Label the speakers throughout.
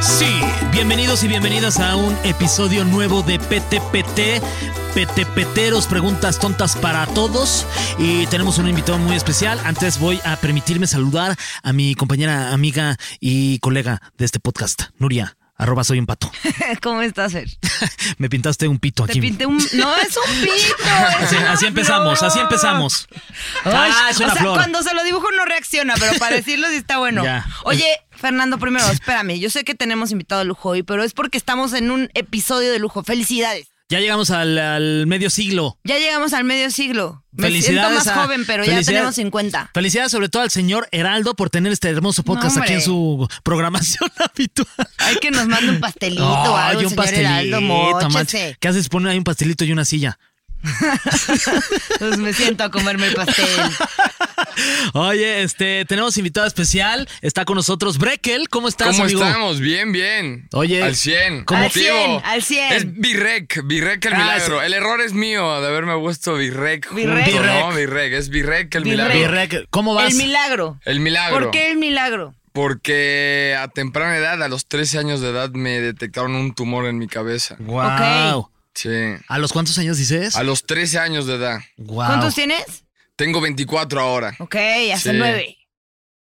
Speaker 1: Sí, bienvenidos y bienvenidas a un episodio nuevo de PTPT. PTPTeros, preguntas tontas para todos. Y tenemos un invitado muy especial. Antes voy a permitirme saludar a mi compañera, amiga y colega de este podcast, Nuria. Arroba soy un pato.
Speaker 2: ¿Cómo estás, Fer?
Speaker 1: Me pintaste un pito
Speaker 2: Te
Speaker 1: aquí.
Speaker 2: pinté un. No, es un pito. es
Speaker 1: Así,
Speaker 2: una
Speaker 1: así empezamos,
Speaker 2: flor.
Speaker 1: así empezamos.
Speaker 2: Ay,
Speaker 1: ah, es una
Speaker 2: o sea,
Speaker 1: flor.
Speaker 2: cuando se lo dibujo no reacciona, pero para decirlo sí está bueno.
Speaker 1: Ya.
Speaker 2: Oye, Fernando, primero, espérame. Yo sé que tenemos invitado de lujo hoy, pero es porque estamos en un episodio de lujo. Felicidades.
Speaker 1: Ya llegamos al, al medio siglo.
Speaker 2: Ya llegamos al medio siglo. Me siento
Speaker 1: Felicidades.
Speaker 2: más
Speaker 1: a-
Speaker 2: joven, pero ya
Speaker 1: felicidades-
Speaker 2: tenemos 50.
Speaker 1: Felicidades sobre todo al señor Heraldo por tener este hermoso podcast
Speaker 2: No,
Speaker 1: aquí en su programación habitual.
Speaker 2: Hay que nos mande un pastelito o algo,
Speaker 1: Ay,
Speaker 2: señor Heraldo,
Speaker 1: manches.
Speaker 2: móchese.
Speaker 1: ¿Qué haces? Pone ahí un pastelito y una silla.
Speaker 2: Pues me siento a comerme el pastel.
Speaker 1: Oye, este, tenemos invitado especial. Está con nosotros Brekel. ¿Cómo estás,
Speaker 3: ¿Cómo
Speaker 1: amigo?
Speaker 3: estamos? Bien, bien.
Speaker 1: Oye,
Speaker 3: Al 100.
Speaker 1: ¿cómo-
Speaker 2: Al
Speaker 3: Tío,
Speaker 2: 100, al 100.
Speaker 3: Es Virrec, Virrec el
Speaker 1: Ah,
Speaker 3: milagro. El error es mío de haberme puesto Virrec. junto,
Speaker 2: Virrec.
Speaker 3: No, Virrec, es Virrec el
Speaker 2: Virrec.
Speaker 3: milagro.
Speaker 1: Y Rec, ¿Cómo vas?
Speaker 2: El milagro.
Speaker 3: El milagro.
Speaker 2: ¿Por qué el milagro?
Speaker 3: Porque a temprana edad, a los 13 años de edad, me detectaron un tumor en mi cabeza.
Speaker 1: Guau.
Speaker 2: Ok.
Speaker 3: Sí.
Speaker 1: ¿A los cuántos años dices?
Speaker 3: A los 13 años de edad.
Speaker 1: Guau.
Speaker 2: ¿Cuántos tienes?
Speaker 3: Tengo 24 ahora.
Speaker 2: Ok, hasta
Speaker 3: Sí.
Speaker 2: nueve.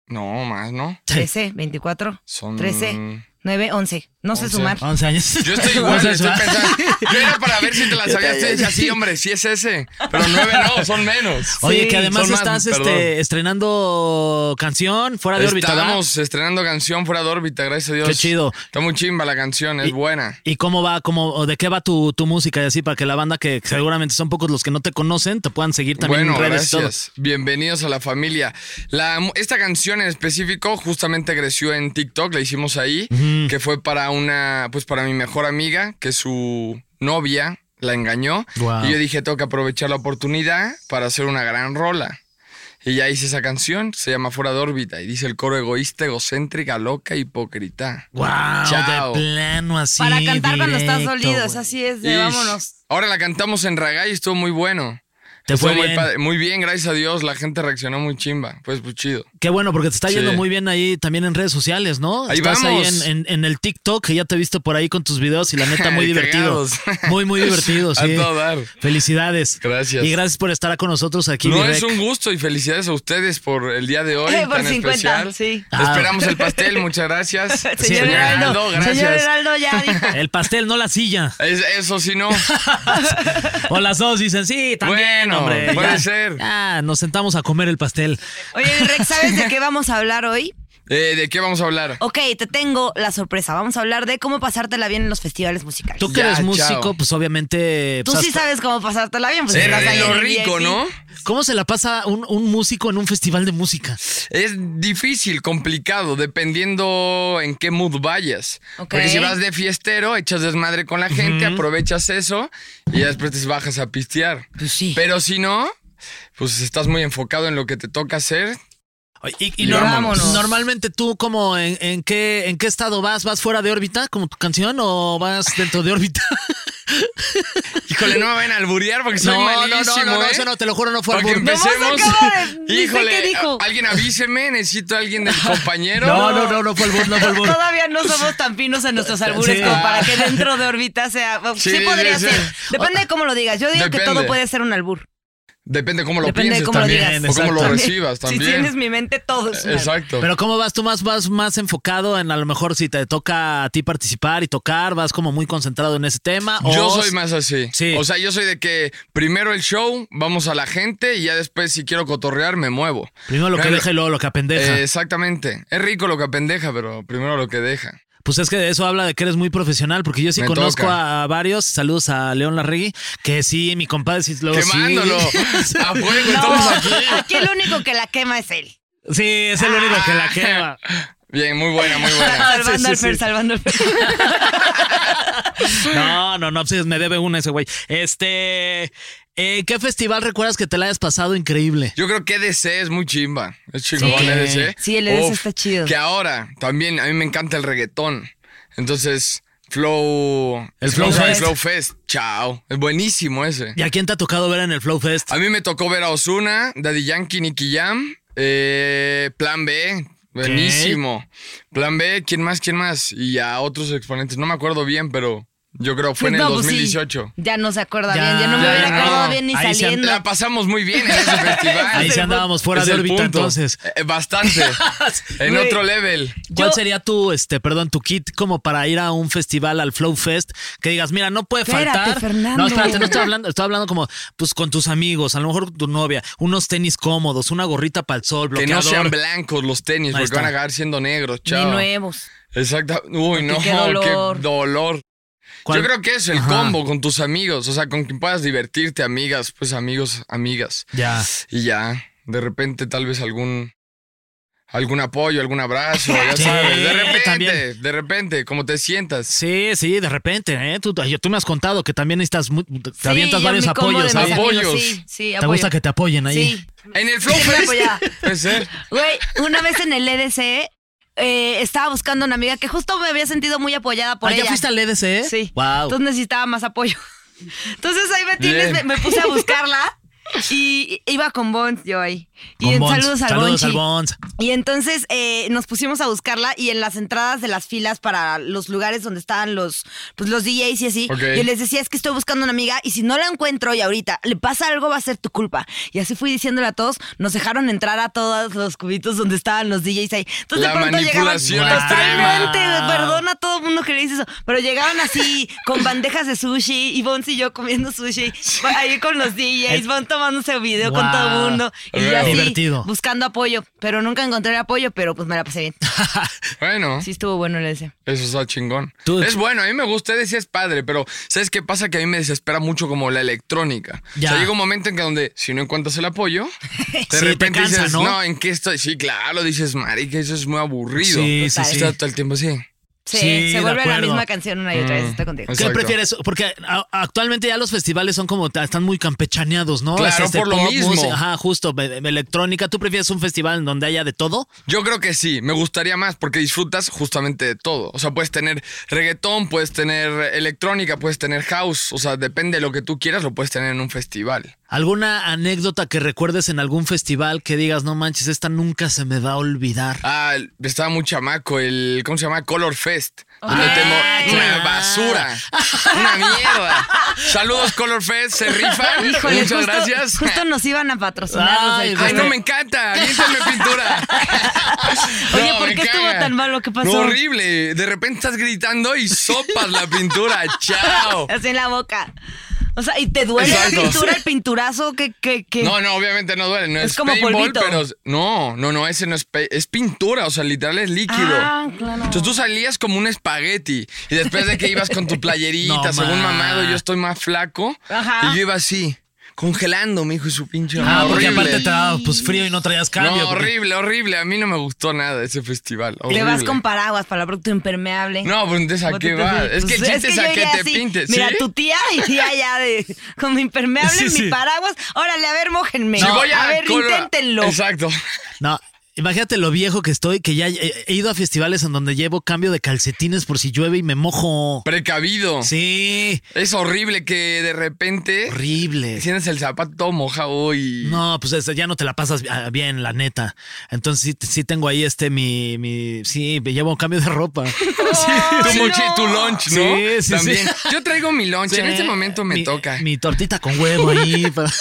Speaker 3: No, más, ¿no?
Speaker 2: 13, 24,
Speaker 3: Son.
Speaker 2: 13, 9, 11. No sé
Speaker 3: Once. Ah,
Speaker 2: sumar.
Speaker 1: 11 años.
Speaker 3: Yo estoy igual, estoy pensando. Yo era para ver si te la sabías. Te decía, sí, hombre, sí es ese. Pero nueve no, son menos.
Speaker 1: Oye,
Speaker 2: Sí.
Speaker 1: que además
Speaker 3: Son más,
Speaker 1: estás este,
Speaker 3: perdón.
Speaker 1: estrenando canción fuera de órbita. ¿va?
Speaker 3: Estamos estrenando canción fuera de órbita, gracias a Dios.
Speaker 1: Qué chido.
Speaker 3: Está muy chimba la canción, es
Speaker 1: Y-
Speaker 3: buena.
Speaker 1: ¿Y cómo va, cómo, o de qué va tu, tu música y así para que la banda que seguramente son pocos los que no te conocen te puedan seguir también
Speaker 3: Bueno,
Speaker 1: en redes
Speaker 3: gracias. Bienvenidos a la familia. La, mu- esta canción en específico justamente creció en TikTok, la hicimos ahí, que fue para una, pues para mi mejor amiga, que su novia la engañó.
Speaker 1: Guau.
Speaker 3: Y yo dije, tengo que aprovechar la oportunidad para hacer una gran rola. Y ya hice esa canción, se llama Fuera de órbita, y dice el coro egoísta, egocéntrica, loca, hipócrita.
Speaker 1: y todo. Wow,
Speaker 3: Chao.
Speaker 1: de plano así.
Speaker 2: Para cantar cuando estás
Speaker 1: directo,
Speaker 2: dolido,
Speaker 1: güey.
Speaker 2: es así es de
Speaker 3: Ish.
Speaker 2: vámonos.
Speaker 3: Ahora la cantamos en Ragay y estuvo muy bueno.
Speaker 1: Te
Speaker 3: Estuvo
Speaker 1: fue
Speaker 3: muy
Speaker 1: bien.
Speaker 3: padre. Muy bien, gracias a Dios. La gente reaccionó muy chimba. Pues, pues chido.
Speaker 1: Qué bueno, porque te está yendo
Speaker 3: Sí.
Speaker 1: muy bien ahí también en redes sociales, ¿no?
Speaker 3: Ahí
Speaker 1: Estás
Speaker 3: vamos.
Speaker 1: ahí en, en- en el TikTok, que ya te he visto por ahí con tus videos y la neta muy
Speaker 3: Y
Speaker 1: divertido.
Speaker 3: cagados.
Speaker 1: Muy, muy divertido,
Speaker 3: A
Speaker 1: sí.
Speaker 3: todo dar.
Speaker 1: Felicidades.
Speaker 3: Gracias.
Speaker 1: Y gracias por estar con nosotros aquí.
Speaker 3: No
Speaker 1: Vivek.
Speaker 3: es un gusto y felicidades a ustedes por el día de hoy.
Speaker 2: Eh, por
Speaker 3: tan
Speaker 2: 50,
Speaker 3: especial.
Speaker 2: sí.
Speaker 1: Ah.
Speaker 3: Esperamos el pastel, muchas gracias.
Speaker 2: Señor
Speaker 1: Sí,
Speaker 2: Heraldo,
Speaker 3: gracias.
Speaker 2: señor Heraldo ya dijo.
Speaker 1: El pastel, no la silla.
Speaker 3: Es- eso sí no.
Speaker 1: O las dos dicen, sí, también,
Speaker 3: Bueno,
Speaker 1: hombre.
Speaker 3: puede
Speaker 1: ya.
Speaker 3: ser.
Speaker 1: Ya, Ah, nos sentamos a comer el pastel.
Speaker 2: Oye, Rex, ¿sabes de qué vamos a hablar hoy?
Speaker 3: Eh, ¿De qué vamos a hablar?
Speaker 2: Ok, te tengo la sorpresa. Vamos a hablar de cómo pasártela bien en los festivales musicales.
Speaker 1: Tú que
Speaker 3: Ya,
Speaker 1: eres
Speaker 3: chao.
Speaker 1: músico, pues obviamente...
Speaker 2: Tú
Speaker 1: pues,
Speaker 2: sí
Speaker 1: hasta-
Speaker 2: sabes cómo pasártela bien, pues
Speaker 3: Es
Speaker 2: estás ahí
Speaker 3: Eh, de
Speaker 2: en
Speaker 3: lo
Speaker 2: el
Speaker 3: rico,
Speaker 2: VIP.
Speaker 3: ¿no?
Speaker 1: ¿Cómo se la pasa un, un músico en un festival de música?
Speaker 3: Es difícil, complicado, dependiendo en qué mood vayas.
Speaker 2: Ok.
Speaker 3: Porque si vas de fiestero, echas desmadre con la gente, aprovechas eso y ya después te bajas a pistear.
Speaker 2: Pues sí.
Speaker 3: Pero si no, pues estás muy enfocado en lo que te toca hacer.
Speaker 1: Y,
Speaker 3: Y
Speaker 1: norm-
Speaker 2: vámonos.
Speaker 1: normalmente tú, como en, en qué, ¿en qué estado vas? ¿Vas fuera de órbita como tu canción o vas dentro de órbita?
Speaker 3: Híjole, no me vayan a alburear porque soy
Speaker 1: no, no,
Speaker 3: malísimo,
Speaker 1: no, no,
Speaker 3: ¿eh?
Speaker 1: eso no, te lo juro, no fue
Speaker 3: Para que
Speaker 1: albur.
Speaker 2: empecé-
Speaker 3: empecemos.
Speaker 2: Nomás acabo de- ni sé qué dijo.
Speaker 3: a- alguien avíseme, necesito a alguien del compañero.
Speaker 1: No, no, no, no fue albur, no fue albur.
Speaker 2: Todavía no somos tan finos en nuestros albures
Speaker 1: Sí.
Speaker 2: como para que dentro de órbita sea. Sí,
Speaker 3: Sí, sí,
Speaker 2: podría
Speaker 3: sí.
Speaker 2: ser. Depende de cómo lo digas. Yo digo que todo
Speaker 3: Depende.
Speaker 2: puede ser un albur.
Speaker 3: Depende cómo lo
Speaker 2: Depende de
Speaker 3: pienses
Speaker 2: cómo lo
Speaker 3: también,
Speaker 1: digas.
Speaker 3: o cómo lo
Speaker 1: Exacto.
Speaker 3: recibas también.
Speaker 2: Si tienes mi mente, todo es un albur.
Speaker 3: Exacto.
Speaker 1: Pero ¿cómo vas tú más, vas más enfocado en a lo mejor si te toca a ti participar y tocar, vas como muy concentrado en ese tema?
Speaker 3: Yo
Speaker 1: o-
Speaker 3: soy más así.
Speaker 1: Sí.
Speaker 3: O sea, yo soy de que primero el show, vamos a la gente y ya después si quiero cotorrear me muevo.
Speaker 1: Primero lo que
Speaker 3: Pero-
Speaker 1: deja y luego lo que apendeja.
Speaker 3: Eh, exactamente. Es rico lo que pendeja, pero primero lo que deja.
Speaker 1: Pues es que de eso habla de que eres muy profesional, porque yo sí
Speaker 3: Me
Speaker 1: conozco
Speaker 3: toca.
Speaker 1: a varios. Saludos a León Larregui, que sí, mi compadre sí lo
Speaker 3: Quemándolo.
Speaker 1: sí.
Speaker 3: a fuego,
Speaker 2: No,
Speaker 3: estamos aquí.
Speaker 2: aquí el único que la quema es él.
Speaker 3: Ah.
Speaker 1: Sí, es el único que la quema.
Speaker 3: Bien, muy buena, muy buena.
Speaker 2: salvando al Fer, salvando al Fer.
Speaker 1: No, no, no, sí, me debe una ese güey. Este, eh, ¿qué festival recuerdas que te la hayas pasado increíble?
Speaker 3: Yo creo que EDC es muy chimba. Es chingón E
Speaker 2: Sí.
Speaker 3: EDC.
Speaker 2: Sí, el EDC está chido.
Speaker 3: Que ahora también a mí me encanta el reggaetón. Entonces, Flow.
Speaker 1: El Flow
Speaker 3: Flow
Speaker 1: Fest.
Speaker 3: Flow Fest. Chao. Es buenísimo ese.
Speaker 1: ¿Y a quién te ha tocado ver en el Flow Fest?
Speaker 3: A mí me tocó ver a Osuna, Daddy Yankee, Nicky Jam, eh, Plan B. Buenísimo. Plan B, ¿quién más? ¿Quién más? Y a otros exponentes. No me acuerdo bien, pero yo creo fue en el
Speaker 2: No, pues sí,
Speaker 3: 2018.
Speaker 2: ya no se acuerda
Speaker 1: Ya,
Speaker 2: bien, ya no me
Speaker 3: ya
Speaker 2: hubiera
Speaker 3: no.
Speaker 2: acordado bien ni
Speaker 1: Ahí se-
Speaker 2: saliendo.
Speaker 3: La pasamos muy bien en ese festival.
Speaker 1: Ahí sí andábamos fuera
Speaker 3: Es
Speaker 1: de
Speaker 3: el
Speaker 1: órbita,
Speaker 3: punto.
Speaker 1: entonces.
Speaker 3: Eh, Bastante. en
Speaker 1: Güey.
Speaker 3: otro level.
Speaker 1: ¿Cuál
Speaker 2: Yo-
Speaker 1: sería tu, este, perdón, tu kit como para ir a un festival al Flow Fest? Que digas, mira, no puede
Speaker 2: Espérate,
Speaker 1: faltar.
Speaker 2: Fernando.
Speaker 1: No, espérate, no estoy hablando, estoy hablando como, pues con tus amigos, a lo mejor tu novia, unos tenis cómodos, una gorrita para el sol,
Speaker 3: Que no
Speaker 1: bloqueador.
Speaker 3: sean blancos los tenis,
Speaker 1: Ahí
Speaker 3: porque
Speaker 1: está.
Speaker 3: van a acabar siendo negros,
Speaker 2: ni
Speaker 3: chao.
Speaker 2: nuevos.
Speaker 3: Exacto. Uy, no,
Speaker 2: qué dolor.
Speaker 3: Qué dolor.
Speaker 1: ¿Cuál-
Speaker 3: Yo creo que es el
Speaker 1: Ajá.
Speaker 3: combo con tus amigos, o sea, con quien puedas divertirte, amigas, pues amigos, amigas.
Speaker 1: Ya.
Speaker 3: Y ya, de repente tal vez algún algún apoyo, algún abrazo, ya
Speaker 1: Sí, Eh,
Speaker 3: sabes, de repente,
Speaker 1: también.
Speaker 3: de repente, como te sientas.
Speaker 1: Sí, sí, de repente, ¿eh? Tú, ay, tú me has contado que también necesitas, mu- te
Speaker 2: Sí,
Speaker 1: avientas
Speaker 2: yo
Speaker 1: varios
Speaker 2: mi combo de
Speaker 1: apoyos.
Speaker 2: mis
Speaker 1: ahí.
Speaker 3: Apoyo.
Speaker 2: amigos,
Speaker 3: Apoyos.
Speaker 2: Sí, sí,
Speaker 1: ¿Te gusta que te apoyen ahí?
Speaker 2: Sí.
Speaker 3: En el Flow
Speaker 2: Sí, me
Speaker 3: Fest.
Speaker 2: apoyaba.
Speaker 3: Puede ser.
Speaker 2: Güey, una vez en el EDC eh, estaba buscando una amiga que justo me había sentido muy apoyada por
Speaker 1: Ah,
Speaker 2: ella.
Speaker 1: ¿Ya fuiste al EDC?
Speaker 2: Sí.
Speaker 1: Wow.
Speaker 2: Entonces necesitaba más apoyo. Entonces ahí me tienes, me,
Speaker 3: Bien.
Speaker 2: me puse a buscarla y iba con Bond yo ahí. Y en, saludos al
Speaker 1: Saludos
Speaker 2: Bonchi.
Speaker 1: al Bonch.
Speaker 2: Y entonces eh, nos pusimos a buscarla y en las entradas de las filas para los lugares donde estaban los, pues, los DJs y así,
Speaker 3: Ok.
Speaker 2: yo les decía, es que estoy buscando una amiga y si no la encuentro y ahorita le pasa algo va a ser tu culpa. Y así fui diciéndole a todos, nos dejaron entrar a todos los cubitos donde estaban los DJs ahí. Entonces de
Speaker 3: La
Speaker 2: pronto llegaban
Speaker 3: manipulación
Speaker 1: extrema.
Speaker 2: totalmente, perdona a todo el mundo que le dice eso, pero llegaban así con bandejas de sushi y Bones y yo comiendo sushi, ahí con los DJs, Bones tomándose video con
Speaker 1: Wow.
Speaker 2: todo el mundo. Y yo
Speaker 3: Wow.
Speaker 2: así,
Speaker 1: Divertido.
Speaker 2: buscando apoyo, pero nunca encontré apoyo, pero pues me la pasé bien.
Speaker 3: Bueno.
Speaker 2: Sí estuvo bueno el ese.
Speaker 3: Eso está chingón.
Speaker 1: Tú-
Speaker 3: Es bueno, a mí me gusta, decía es padre, pero ¿sabes qué pasa? Que a mí me desespera mucho como la electrónica.
Speaker 1: Ya.
Speaker 3: O sea, llega un momento en que donde si no encuentras el apoyo, de
Speaker 1: te
Speaker 3: repente
Speaker 1: cansa,
Speaker 3: dices,
Speaker 1: ¿no?
Speaker 3: ¿no? ¿en qué estoy? Sí, claro, dices, marica, eso es muy aburrido.
Speaker 1: Sí, sí, sí.
Speaker 3: Está todo el tiempo así.
Speaker 1: Sí,
Speaker 2: Sí, se
Speaker 1: de
Speaker 2: vuelve la
Speaker 1: acuerdo.
Speaker 2: misma canción una y otra vez,
Speaker 3: Mm.
Speaker 2: estoy contigo.
Speaker 3: Es-
Speaker 1: ¿Qué
Speaker 3: Exacto.
Speaker 1: prefieres? Porque a- actualmente ya los festivales son como, están muy campechaneados, ¿no?
Speaker 3: Claro,
Speaker 1: Es este
Speaker 3: por lo
Speaker 1: pop,
Speaker 3: mismo.
Speaker 1: música, ajá, justo, be- be- electrónica. ¿Tú prefieres un festival en donde haya de todo?
Speaker 3: Yo creo que sí, me gustaría más porque disfrutas justamente de todo. O sea, puedes tener reggaetón, puedes tener electrónica, puedes tener house. O sea, depende de lo que tú quieras, lo puedes tener en un festival.
Speaker 1: ¿Alguna anécdota que recuerdes en algún festival que digas, no manches, esta nunca se me va a olvidar?
Speaker 3: Ah, estaba muy chamaco, el. ¿Cómo se llama? Color Fest. Donde
Speaker 2: Ok.
Speaker 3: te mo-
Speaker 1: Claro.
Speaker 3: una basura. Una mierda. Saludos, Color Fest, se rifan.
Speaker 2: Híjole,
Speaker 3: Muchas
Speaker 2: justo,
Speaker 3: gracias.
Speaker 2: justo este nos iban a patrocinar. los
Speaker 1: Ay,
Speaker 2: del
Speaker 3: Ay, pues,
Speaker 2: corte.
Speaker 3: no me encanta. Aviéntame pintura.
Speaker 2: Oye,
Speaker 3: No,
Speaker 2: ¿por
Speaker 3: me
Speaker 2: qué estuvo
Speaker 3: caga.
Speaker 2: tan malo? ¿Qué pasó?
Speaker 3: No, horrible. De repente estás gritando y sopas la pintura. Chao.
Speaker 2: Así en la boca. O sea, ¿y te duele
Speaker 3: Exacto.
Speaker 2: la pintura, el pinturazo? que que que
Speaker 3: No, no, obviamente no duele. No
Speaker 2: Es
Speaker 3: es,
Speaker 2: como
Speaker 3: paintball,
Speaker 2: polvito.
Speaker 3: pero. No, no, no, ese no es. pay- Es pintura, o sea, literal es líquido.
Speaker 2: Ah, claro.
Speaker 3: Entonces tú salías como un espagueti. Y después de que ibas con tu playerita,
Speaker 1: No,
Speaker 3: según
Speaker 1: ma.
Speaker 3: mamado, yo estoy más flaco.
Speaker 2: Ajá.
Speaker 3: Y yo iba así, congelando, me dijo, y su pinche.
Speaker 1: Ah,
Speaker 3: madre.
Speaker 1: porque
Speaker 3: horrible.
Speaker 1: aparte te daba pues, frío y no traías cambio.
Speaker 3: no,
Speaker 1: porque-
Speaker 3: horrible, horrible. A mí no me gustó nada ese festival.
Speaker 2: Te
Speaker 3: Horrible.
Speaker 2: vas con paraguas para la producto impermeable.
Speaker 3: No, pues entonces a
Speaker 2: O
Speaker 3: qué
Speaker 2: te- te-
Speaker 3: va. Es que el
Speaker 2: pues,
Speaker 3: chiste es
Speaker 2: yo
Speaker 3: a que
Speaker 2: iría
Speaker 3: te
Speaker 2: así.
Speaker 3: pintes.
Speaker 2: Mira,
Speaker 3: ¿sí?
Speaker 2: tu tía iría ya de, con mi impermeable,
Speaker 1: Sí, sí.
Speaker 2: mi paraguas. Órale, a ver, mójenme.
Speaker 3: Si voy
Speaker 2: a ver,
Speaker 3: Colo-
Speaker 2: inténtenlo.
Speaker 3: Exacto.
Speaker 1: No, imagínate lo viejo que estoy, que ya he he ido a festivales en donde llevo cambio de calcetines por si llueve y me mojo.
Speaker 3: Precavido.
Speaker 1: Sí,
Speaker 3: Es horrible que de repente
Speaker 1: horrible.
Speaker 3: sientes el zapato todo mojado y.
Speaker 1: No, pues este, ya no te la pasas bi- ah, bien, la neta. Entonces sí, sí tengo ahí este mi, mi sí, me llevo un cambio de ropa.
Speaker 3: Tu
Speaker 2: Ay,
Speaker 3: mochi-
Speaker 2: no.
Speaker 3: tu lunch, ¿no?
Speaker 1: Sí, sí, sí.
Speaker 3: También. Yo traigo mi lunch. En
Speaker 1: Sí,
Speaker 3: este momento me
Speaker 1: mi-
Speaker 3: toca.
Speaker 1: Mi tortita con huevo ahí. para-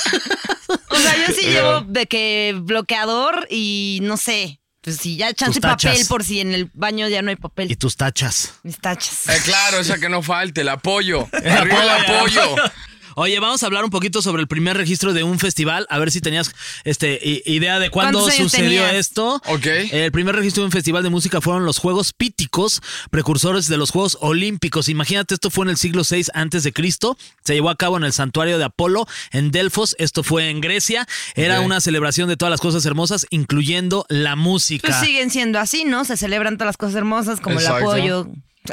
Speaker 2: O sea, yo sí llevo de que bloqueador y no sé. Pues si ya chance
Speaker 1: Tus tachas.
Speaker 2: papel por si en el baño ya no hay papel.
Speaker 1: Y tus tachas.
Speaker 2: Mis tachas.
Speaker 3: Eh, claro, esa que no falte, el apoyo. Arriba el
Speaker 1: apoyo,
Speaker 3: apoyo.
Speaker 1: Oye, vamos a hablar un poquito sobre el primer registro de un festival, a ver si tenías este, i- idea de cuándo
Speaker 2: ¿Cuántos años
Speaker 1: sucedió
Speaker 2: tenías?
Speaker 1: esto.
Speaker 3: Ok.
Speaker 1: El primer registro de un festival de música fueron los Juegos Píticos, precursores de los Juegos Olímpicos. Imagínate, esto fue en el siglo VI antes de Cristo. Se llevó a cabo en el santuario de Apolo, en Delfos. Esto fue en Grecia. Era
Speaker 3: Ok.
Speaker 1: una celebración de todas las cosas hermosas, incluyendo la música.
Speaker 2: Pues siguen siendo así, ¿no? Se celebran todas las cosas hermosas como
Speaker 3: Exacto.
Speaker 2: el apoyo.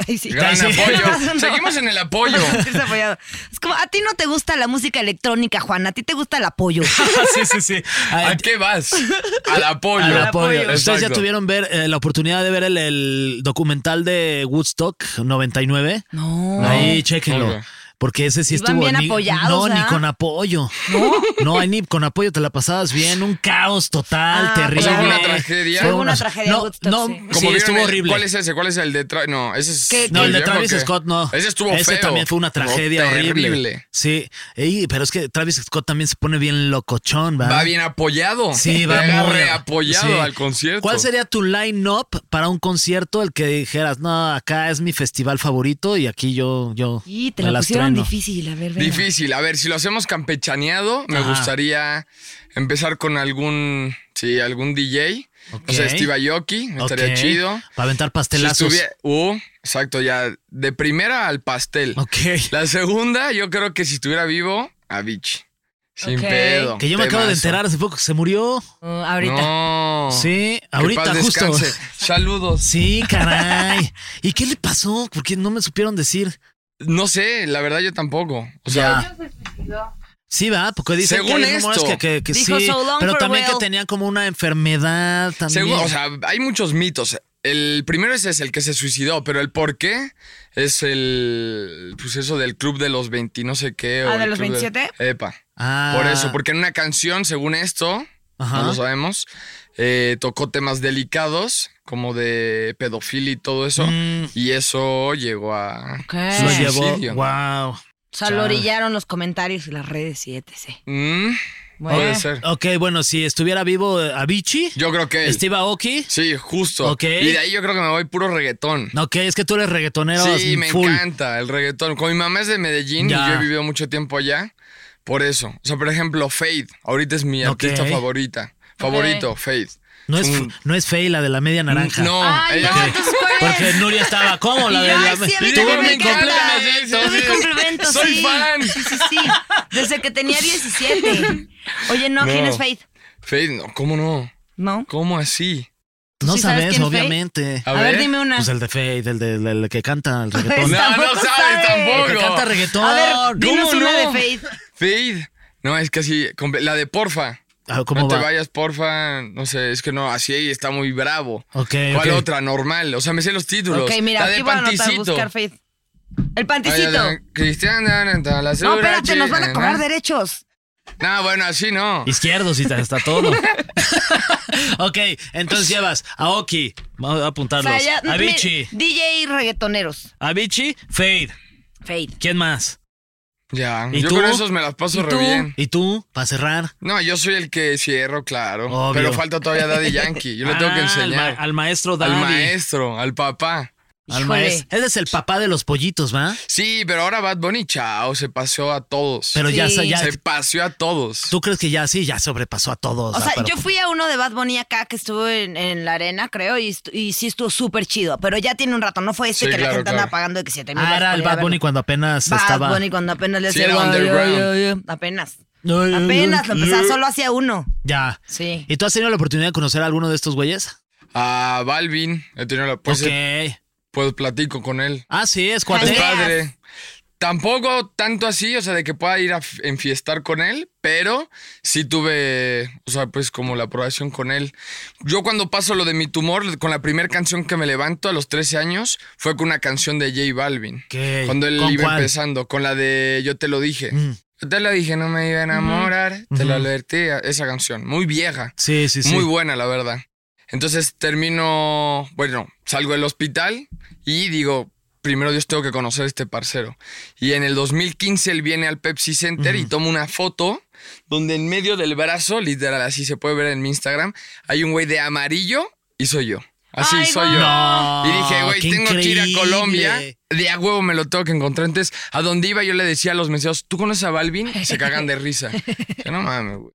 Speaker 2: Ay, sí.
Speaker 3: Gran
Speaker 1: sí.
Speaker 3: apoyo.
Speaker 2: No.
Speaker 3: Seguimos en el apoyo.
Speaker 2: Sentirse apoyado. Es como, a ti no te gusta la música electrónica, Juan, a ti te gusta el apoyo.
Speaker 1: sí, sí, sí.
Speaker 3: ¿A qué vas? Al apoyo.
Speaker 1: Al apoyo. Ustedes ya
Speaker 3: Exacto.
Speaker 1: tuvieron ver eh, la oportunidad de ver el, el documental de Woodstock 99.
Speaker 2: No.
Speaker 1: Ahí, chéquenlo.
Speaker 3: Ok.
Speaker 1: Porque ese sí
Speaker 2: Iban
Speaker 1: estuvo.
Speaker 2: bien
Speaker 1: ni-
Speaker 2: apoyados,
Speaker 1: no, ni
Speaker 2: ¿ah?
Speaker 1: con apoyo. No, hay ni con apoyo te la pasabas bien. Un caos total,
Speaker 2: Ah,
Speaker 1: terrible.
Speaker 2: O sea,
Speaker 3: fue una tragedia.
Speaker 2: Fue una tragedia
Speaker 1: No,
Speaker 2: Woodstock,
Speaker 1: no,
Speaker 2: sí.
Speaker 1: sí,
Speaker 3: Como vieron
Speaker 1: estuvo
Speaker 3: el-
Speaker 1: horrible.
Speaker 3: ¿Cuál es ese? ¿Cuál es el de Travis? No, ese es.
Speaker 2: ¿Qué-
Speaker 1: No, el de
Speaker 3: viejo
Speaker 1: Travis
Speaker 3: que-
Speaker 1: Scott no.
Speaker 3: Ese estuvo
Speaker 1: Ese
Speaker 3: feo.
Speaker 1: también fue una tragedia
Speaker 3: terrible.
Speaker 1: horrible. Sí. Ey, pero es que Travis Scott también se pone bien locochón, ¿verdad?
Speaker 3: Va bien apoyado.
Speaker 1: Sí, va
Speaker 3: Llega
Speaker 1: muy
Speaker 3: reapoyado
Speaker 1: sí.
Speaker 3: al concierto.
Speaker 1: ¿Cuál sería tu line-up para un concierto el que dijeras, no, acá es mi festival favorito y aquí yo, yo
Speaker 2: Y te
Speaker 1: me
Speaker 2: la
Speaker 1: las
Speaker 2: pusieron
Speaker 1: trueno"?
Speaker 2: difícil, a ver, venga.
Speaker 3: Difícil. A ver, si lo hacemos campechaneado, me
Speaker 1: Ajá.
Speaker 3: gustaría empezar con algún. Sí, algún DJ.
Speaker 1: Ok.
Speaker 3: O sea, Steve Aoki. Estaría
Speaker 1: Ok.
Speaker 3: chido.
Speaker 1: Para aventar
Speaker 3: Si
Speaker 1: pastelazos.
Speaker 3: estuviera. Uh, exacto, ya. De primera al pastel.
Speaker 1: Ok.
Speaker 3: La segunda, yo creo que si estuviera vivo, a Vichy. Sin
Speaker 2: Ok.
Speaker 3: pedo.
Speaker 1: Que yo me acabo de
Speaker 3: Temazo.
Speaker 1: enterar hace poco que se murió.
Speaker 2: Uh, ahorita.
Speaker 3: No.
Speaker 1: Sí,
Speaker 3: Que
Speaker 1: ahorita
Speaker 3: paz
Speaker 1: justo.
Speaker 3: descanse. Saludos.
Speaker 1: Sí, caray. ¿Y qué le pasó? Porque no me supieron decir.
Speaker 3: No sé, la verdad yo tampoco. O sea,
Speaker 1: Ya. Sí, va, porque dicen
Speaker 3: Según
Speaker 1: que hay rumores
Speaker 3: esto.
Speaker 1: que, que- que
Speaker 2: Dijo,
Speaker 1: sí,
Speaker 2: "So long,
Speaker 1: pero también
Speaker 2: farewell".
Speaker 1: que tenía como una enfermedad también.
Speaker 3: según- o sea, hay muchos mitos. El primero ese es el que se suicidó, pero el por qué es el pues eso del club de los 20 no sé qué. o
Speaker 2: Ah,
Speaker 3: el
Speaker 2: ¿de los
Speaker 3: club
Speaker 2: 27?
Speaker 3: Epa.
Speaker 1: Ah.
Speaker 3: Por eso, porque en una canción, según esto,
Speaker 1: Ajá.
Speaker 3: no lo sabemos, eh, tocó temas delicados, como de pedofilia y todo eso,
Speaker 1: Mm.
Speaker 3: y eso llegó a
Speaker 2: Ok.
Speaker 1: lo
Speaker 3: suicidio.
Speaker 1: llevó. Wow.
Speaker 2: O sea, lo orillaron los comentarios y las redes y etc.
Speaker 3: Mm,
Speaker 2: Bueno.
Speaker 3: Puede ser.
Speaker 1: Ah, Ok, bueno, si estuviera vivo eh, Avicii,
Speaker 3: Yo creo que él.
Speaker 1: Steve Aoki.
Speaker 3: Sí, justo.
Speaker 1: Este- Ok.
Speaker 3: Y de ahí yo creo que me voy puro reggaetón.
Speaker 1: Ok, es que tú eres reggaetonero
Speaker 3: sí, me
Speaker 1: full.
Speaker 3: encanta el reggaetón. Con mi mamá es de Medellín
Speaker 1: Ya.
Speaker 3: y yo he vivido mucho tiempo allá. Por eso. O sea, por ejemplo, Fade. Ahorita es mi
Speaker 1: Ok.
Speaker 3: artista favorita. Favorito, Fade.
Speaker 1: No es,
Speaker 3: un-
Speaker 1: no es fey la de la media naranja.
Speaker 3: No,
Speaker 2: Ay,
Speaker 3: ella.
Speaker 2: no, Ah, entonces, ¿cuál es?
Speaker 1: Porque Nuria estaba como la
Speaker 2: Y
Speaker 1: de
Speaker 2: yo,
Speaker 1: la
Speaker 2: ay, sí, a mí
Speaker 1: Tú
Speaker 2: también
Speaker 1: me
Speaker 2: me encanta.
Speaker 1: completas.
Speaker 2: Tú
Speaker 3: complemento, sí,
Speaker 2: me
Speaker 3: sí.
Speaker 2: complemento,
Speaker 3: Soy
Speaker 2: sí.
Speaker 3: fan.
Speaker 2: Sí, sí, sí. Desde que tenía 17. Oye, no, ¿quién
Speaker 3: No.
Speaker 2: es Faith?
Speaker 3: Fade, no, ¿cómo no?
Speaker 2: No.
Speaker 3: ¿Cómo así?
Speaker 1: No
Speaker 2: ¿Sí sabes
Speaker 1: sabes,
Speaker 2: quién es Fey?
Speaker 1: obviamente.
Speaker 3: A
Speaker 2: A, ver,
Speaker 3: ver.
Speaker 2: dime una.
Speaker 1: Pues el de Fey, del, del- del que canta el reggaetón.
Speaker 3: No,
Speaker 2: Tampoco
Speaker 3: no sabes
Speaker 2: sabe.
Speaker 1: El que canta
Speaker 3: tampoco.
Speaker 1: reggaetón.
Speaker 2: a ver, dinos
Speaker 3: ¿Cómo
Speaker 2: una
Speaker 3: no?
Speaker 2: de Faith.
Speaker 3: Fade. No, es que así. comple- La de porfa.
Speaker 1: Ah, ¿Cómo
Speaker 3: no
Speaker 1: va?
Speaker 3: te vayas, porfa. No sé, es que no, así está muy bravo.
Speaker 1: Ok,
Speaker 3: ¿Cuál
Speaker 1: ok.
Speaker 3: otra? Normal. O sea, me sé los títulos.
Speaker 2: Ok, mira,
Speaker 3: la de
Speaker 2: aquí voy a anotar
Speaker 3: Panticito.
Speaker 2: buscar Faith. El
Speaker 3: Ay,
Speaker 2: panticito.
Speaker 3: ay, ¿eh? ay, Cristian, na, na, na, la
Speaker 2: No,
Speaker 3: segura,
Speaker 2: espérate,
Speaker 3: chi-
Speaker 2: nos van a cobrar
Speaker 3: na.
Speaker 2: derechos.
Speaker 3: No, bueno, así no.
Speaker 1: Izquierdos y está todo. ok, entonces llevas Aoki. Vamos a
Speaker 2: O
Speaker 1: apuntarlos.
Speaker 2: sea, ya-
Speaker 1: Avicii.
Speaker 2: mi- DJ y reggaetoneros.
Speaker 1: Avicii, Fade.
Speaker 2: Faith.
Speaker 1: ¿Quién más?
Speaker 3: Ya,
Speaker 1: ¿Y
Speaker 3: yo
Speaker 1: tú?
Speaker 3: con esos me las
Speaker 2: ¿Y
Speaker 3: paso re
Speaker 2: tú?
Speaker 3: bien.
Speaker 1: ¿Y tú? Para cerrar.
Speaker 3: No, yo soy el que cierro, claro.
Speaker 1: Obvio.
Speaker 3: Pero falta todavía Daddy Yankee. Yo le tengo que
Speaker 1: Ah, al ma-
Speaker 3: enseñar.
Speaker 1: Al, maestro
Speaker 3: al
Speaker 1: Daddy.
Speaker 3: maestro, al papá.
Speaker 1: Al
Speaker 2: Híjole.
Speaker 1: maestro. Él es el papá de los pollitos, ¿va?
Speaker 3: Sí, pero ahora Bad Bunny, chao, se paseó a todos.
Speaker 1: Pero ya,
Speaker 2: Sí.
Speaker 1: sa- ya.
Speaker 3: se paseó a todos.
Speaker 1: ¿Tú crees que ya sí? Ya sobrepasó a todos.
Speaker 2: O
Speaker 1: ah,
Speaker 2: sea,
Speaker 1: pero-
Speaker 2: yo fui a uno de Bad Bunny acá que estuvo en, en la arena, creo, y, estu- y sí estuvo súper chido. Pero ya tiene un rato, no fue este
Speaker 3: Sí,
Speaker 2: que la
Speaker 3: claro,
Speaker 2: gente
Speaker 3: claro.
Speaker 2: andaba pagando de que 7 mil.
Speaker 1: Ah, era el Bad Bunny cuando apenas
Speaker 2: Bad
Speaker 1: estaba.
Speaker 2: Bunny cuando apenas le
Speaker 3: Sí,
Speaker 2: hacía
Speaker 3: era
Speaker 2: "Ay, ay,
Speaker 3: underground.
Speaker 2: ay", Apenas.
Speaker 1: Ay, ay,
Speaker 2: Apenas
Speaker 1: ay,
Speaker 2: lo empezaba,
Speaker 1: ay.
Speaker 2: solo hacía uno.
Speaker 1: Ya.
Speaker 2: Sí.
Speaker 1: ¿Y tú has tenido la oportunidad de conocer a alguno de estos güeyes?
Speaker 3: A Balvin, he tenido la- pues,
Speaker 1: ok.
Speaker 3: pues platico con él.
Speaker 1: Ah, sí, es
Speaker 3: Es
Speaker 1: cuate.
Speaker 2: Ay,
Speaker 3: padre. Tampoco tanto así, o sea, de que pueda ir a f- enfiestar con él, pero sí tuve, o sea, pues como la aprobación con él. Yo cuando paso lo de mi tumor, con la primera canción que me levanto a los 13 años, fue con una canción de J Balvin.
Speaker 1: Ok.
Speaker 3: Cuando él
Speaker 1: ¿Con
Speaker 3: iba
Speaker 1: cuál?
Speaker 3: empezando, con la de Yo te lo dije.
Speaker 1: Mm.
Speaker 3: Yo te lo dije, no me iba a enamorar, te lo advertí, esa canción, muy vieja.
Speaker 1: Sí, sí, sí.
Speaker 3: Muy buena, la verdad. Entonces termino, bueno, salgo del hospital y digo, primero Dios tengo que conocer a este parcero. Y en el 2015 él viene al Pepsi Center y toma una foto donde en medio del brazo, literal, así se puede ver en mi Instagram, hay un güey de amarillo y soy yo. Así
Speaker 2: Ay,
Speaker 3: soy yo.
Speaker 1: no.
Speaker 3: y dije, güey,
Speaker 1: Ah, qué
Speaker 3: tengo que ir
Speaker 1: increíble.
Speaker 3: a Colombia. De a huevo me lo tengo que encontrar. Entonces, a donde iba yo le decía a los meseros, ¿tú conoces a Balvin? Se cagan de risa. Yo, no mames, güey.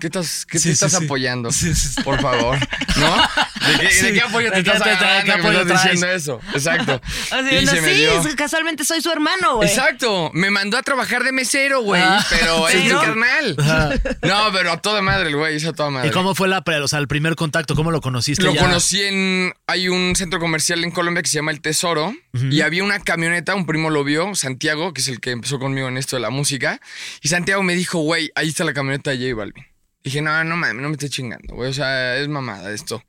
Speaker 3: ¿Qué, estás, qué
Speaker 1: Sí, sí,
Speaker 3: te estás
Speaker 1: sí.
Speaker 3: apoyando?
Speaker 1: Sí, sí, sí.
Speaker 3: Por favor. ¿No? ¿De qué,
Speaker 1: Sí.
Speaker 3: de qué apoyo te
Speaker 1: ¿De qué
Speaker 3: estás
Speaker 1: te- de qué
Speaker 3: agarrando que me
Speaker 1: apoyo
Speaker 3: estás
Speaker 1: traes?
Speaker 3: diciendo eso? Exacto.
Speaker 2: Así,
Speaker 3: Y
Speaker 2: no,
Speaker 3: se me
Speaker 2: sí,
Speaker 3: dio.
Speaker 2: es- casualmente soy su hermano, güey.
Speaker 3: Exacto, me mandó a trabajar de mesero, güey,
Speaker 1: Ah.
Speaker 3: pero es mi
Speaker 2: ¿Pero?
Speaker 3: carnal. No, pero a toda madre, el güey, es a toda madre.
Speaker 1: ¿Y cómo fue la, pre- o sea, el primer contacto? ¿Cómo lo conociste?
Speaker 3: Lo
Speaker 1: ya?
Speaker 3: conocí en. Hay un centro comercial en Colombia que se llama El Tesoro. Y había una camioneta, un primo lo vio, Santiago, que es el que empezó conmigo en esto de la música. Y Santiago me dijo, güey, ahí está la camioneta de J Balvin. Dije, no, no mames, no me estés chingando, güey. O sea, es mamada esto.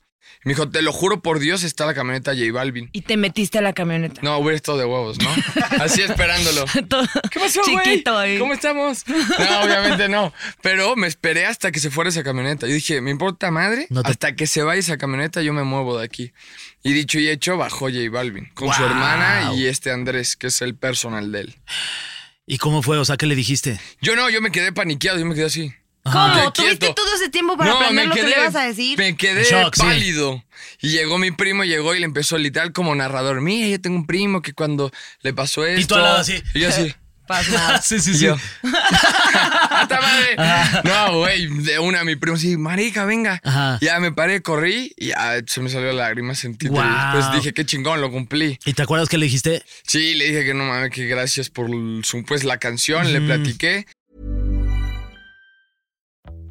Speaker 3: Me dijo, te lo juro por Dios, está la camioneta de J Balvin.
Speaker 2: Y te metiste a la camioneta.
Speaker 3: No, hubiera estado de huevos, ¿no? Así esperándolo.
Speaker 2: Todo
Speaker 3: ¿Qué pasó, güey?
Speaker 2: Chiquito, güey.
Speaker 3: ¿Cómo estamos? No, obviamente no. Pero me esperé hasta que se fuera esa camioneta. Yo dije, me importa madre,
Speaker 1: No te-
Speaker 3: hasta que se vaya esa camioneta yo me muevo de aquí. Y dicho y hecho, bajó J Balvin con su
Speaker 1: Wow.
Speaker 3: hermana y este Andrés, que es el personal de él.
Speaker 1: ¿Y cómo fue? O sea, ¿qué le dijiste?
Speaker 3: Yo no, yo me quedé paniqueado, yo me quedé así.
Speaker 2: ¿Cómo?
Speaker 3: Quedé
Speaker 2: ¿Tuviste
Speaker 3: Ah. quieto.
Speaker 2: todo ese tiempo para aprender
Speaker 3: me
Speaker 2: lo que
Speaker 3: quedé-
Speaker 2: le ibas a decir?
Speaker 3: Me quedé
Speaker 1: Shock, sí.
Speaker 3: pálido. Y llegó mi primo, llegó y le empezó literal como narrador. Mira, yo tengo un primo que cuando le pasó esto.
Speaker 1: al lado así.
Speaker 3: Y yo así.
Speaker 2: Pasmado.
Speaker 1: sí, sí,
Speaker 3: Y yo. ¡Hasta madre! No, güey, de una mi primo así, marica, venga.
Speaker 1: Ajá.
Speaker 3: Ya me paré, corrí y ya se me salió la lágrima, sentí.
Speaker 1: Wow.
Speaker 3: Pues dije, qué chingón, lo cumplí.
Speaker 1: ¿Y te acuerdas que le dijiste?
Speaker 3: Sí, le dije que no mames, que gracias por su, pues, la canción, le platiqué.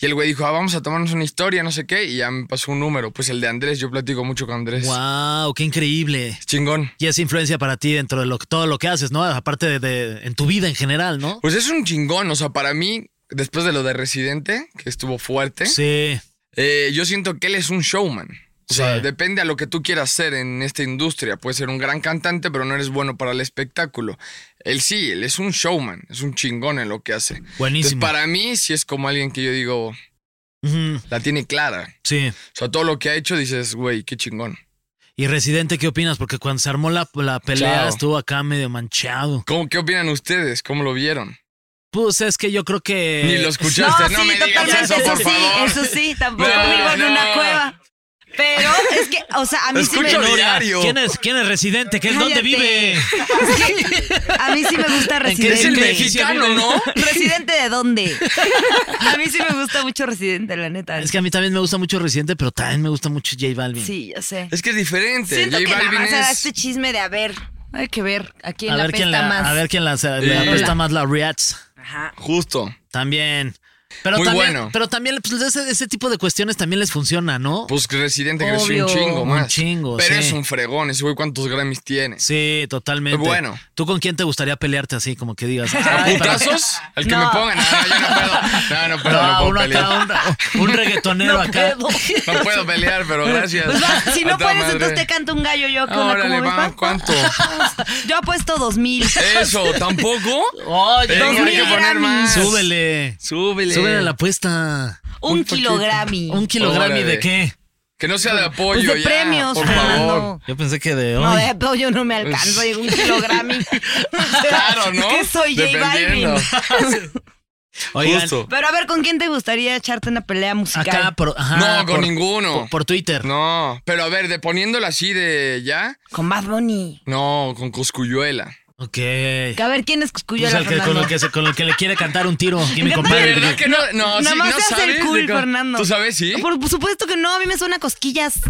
Speaker 3: Y el güey dijo, ah, vamos a tomarnos una historia, no sé qué. Y ya me pasó un número, pues el de Andrés, yo platico mucho con Andrés.
Speaker 1: ¡Wow! ¡Qué increíble!
Speaker 3: Chingón.
Speaker 1: Y es influencia para ti dentro de lo, todo lo que haces, ¿no? Aparte de, de- en tu vida en general, ¿no?
Speaker 3: Pues es un chingón, o sea, para mí, después de lo de Residente, que estuvo fuerte.
Speaker 1: Sí.
Speaker 3: Eh, yo siento que él es un showman. O
Speaker 1: Sí.
Speaker 3: sea, depende a lo que tú quieras ser en esta industria. Puedes ser un gran cantante, pero no eres bueno para el espectáculo. Él sí, él es un showman, es un chingón en lo que hace.
Speaker 1: Buenísimo.
Speaker 3: Entonces, para mí, sí es como alguien que yo digo,
Speaker 1: Ujú,
Speaker 3: la tiene clara.
Speaker 1: Sí.
Speaker 3: O sea, todo lo que ha hecho dices, güey, qué chingón.
Speaker 1: ¿Y Residente qué opinas? Porque cuando se armó la, la pelea
Speaker 3: Chao.
Speaker 1: estuvo acá medio manchado.
Speaker 3: ¿Cómo, ¿Qué opinan ustedes? ¿Cómo lo vieron?
Speaker 1: Pues es que yo creo que...
Speaker 3: Ni lo escuchaste.
Speaker 2: Eh,
Speaker 3: No,
Speaker 2: sí,
Speaker 3: me digas
Speaker 2: totalmente,
Speaker 3: eso, por
Speaker 2: sí,
Speaker 3: favor.
Speaker 2: eso sí, tampoco
Speaker 3: No,
Speaker 2: vivo en
Speaker 3: no.
Speaker 2: una cueva. Pero es que, o sea, a mí sí me
Speaker 3: Escucho
Speaker 2: gusta.
Speaker 3: diario.
Speaker 1: Ah, ¿Quién es, ¿Quién es Residente? ¿Qué es dónde
Speaker 2: Cállate.
Speaker 1: vive?
Speaker 2: Es que a mí sí me gusta
Speaker 1: ¿En qué
Speaker 2: Residente.
Speaker 3: Es el
Speaker 1: ¿Qué?
Speaker 3: mexicano, ¿no?
Speaker 2: ¿Residente de dónde? A mí sí me gusta mucho Residente, la neta.
Speaker 1: Es que a mí también me gusta mucho Residente, pero también me gusta mucho J Balvin.
Speaker 2: Sí, ya sé.
Speaker 3: Es que es diferente.
Speaker 2: Siento
Speaker 3: Este, J
Speaker 2: que nada
Speaker 3: Balvin
Speaker 2: más era
Speaker 3: es...
Speaker 2: este chisme de a ver, hay que ver a quién
Speaker 1: A
Speaker 2: la
Speaker 1: ver, quién
Speaker 2: apesta
Speaker 1: la,
Speaker 2: más.
Speaker 1: a ver quién la, le
Speaker 3: Sí.
Speaker 1: apesta más la Riats.
Speaker 2: Ajá.
Speaker 3: Justo.
Speaker 1: También. Pero
Speaker 3: Muy
Speaker 1: también,
Speaker 3: bueno.
Speaker 1: pero también pues, ese, ese tipo de cuestiones también les funciona, ¿no?
Speaker 3: Pues que Residente creció
Speaker 2: Obvio.
Speaker 3: un chingo
Speaker 1: Un
Speaker 3: más.
Speaker 1: chingo,
Speaker 3: Pero
Speaker 1: sí.
Speaker 3: es un fregón. Ese güey, ¿cuántos Grammys tiene?
Speaker 1: sí, totalmente.
Speaker 3: Muy bueno.
Speaker 1: ¿Tú con quién te gustaría pelearte así, como que digas?
Speaker 3: ¿A
Speaker 1: "Ay, pero-
Speaker 3: putazos? El que
Speaker 2: No. Ah,
Speaker 3: me pongan. No, no, yo no puedo. No, no puedo, no,
Speaker 1: No,
Speaker 3: puedo
Speaker 1: uno
Speaker 3: pelear.
Speaker 1: acá, un, un reggaetonero acá.
Speaker 3: No puedo pelear, pero gracias.
Speaker 2: Pues va, si no
Speaker 3: Ah, A toda
Speaker 2: puedes,
Speaker 3: madre.
Speaker 2: entonces te canto un gallo yo. ¿qué onda?
Speaker 3: Órale,
Speaker 2: ¿Cómo ves,
Speaker 3: va,
Speaker 2: va?
Speaker 3: ¿cuánto?
Speaker 2: Yo apuesto dos mil.
Speaker 3: Eso, ¿tampoco?
Speaker 1: Oye,
Speaker 3: Venga, hay que
Speaker 2: mil
Speaker 3: poner más.
Speaker 1: súbele.
Speaker 3: Súbele.
Speaker 1: Súbele la apuesta.
Speaker 2: Un
Speaker 3: Un poquito.
Speaker 2: kilogrami.
Speaker 1: ¿Un kilogramo
Speaker 3: Órale.
Speaker 1: de qué?
Speaker 3: Que no sea de apoyo
Speaker 2: Pues de
Speaker 3: ya,
Speaker 2: premios,
Speaker 3: por favor.
Speaker 2: Fernando.
Speaker 1: Yo pensé que de hoy.
Speaker 2: No, de apoyo no me alcanzo, digo, un kilogrami.
Speaker 3: Claro, ¿no?
Speaker 2: ¿Qué soy, J Balvin?
Speaker 3: Dependiendo.
Speaker 1: Oigan,
Speaker 3: Justo.
Speaker 2: Pero a ver, ¿con quién te gustaría echarte una pelea musical?
Speaker 1: acá por. ajá,
Speaker 3: No, con
Speaker 1: por-
Speaker 3: ninguno.
Speaker 1: Por, por Twitter.
Speaker 3: No, pero a ver, de poniéndola así de ya,
Speaker 2: Con Bad Bunny.
Speaker 3: no, con Coscuyuela.
Speaker 1: Ok.
Speaker 2: Que a ver quién es Cuscuyo
Speaker 1: Pues al que- con,
Speaker 2: Fernando.
Speaker 1: el que se- con el que le quiere cantar un tiro. Aquí mi
Speaker 2: Fernando,
Speaker 3: Oye,
Speaker 1: compadre.
Speaker 3: ¿verdad que no? No,
Speaker 2: Nada
Speaker 3: sí,
Speaker 2: más
Speaker 3: no
Speaker 2: se hace
Speaker 3: sabes.
Speaker 2: el cool,
Speaker 3: Nico.
Speaker 2: Fernando.
Speaker 3: ¿Tú sabes, sí?
Speaker 2: Ah, Por supuesto que no, a mí me suena cosquillas.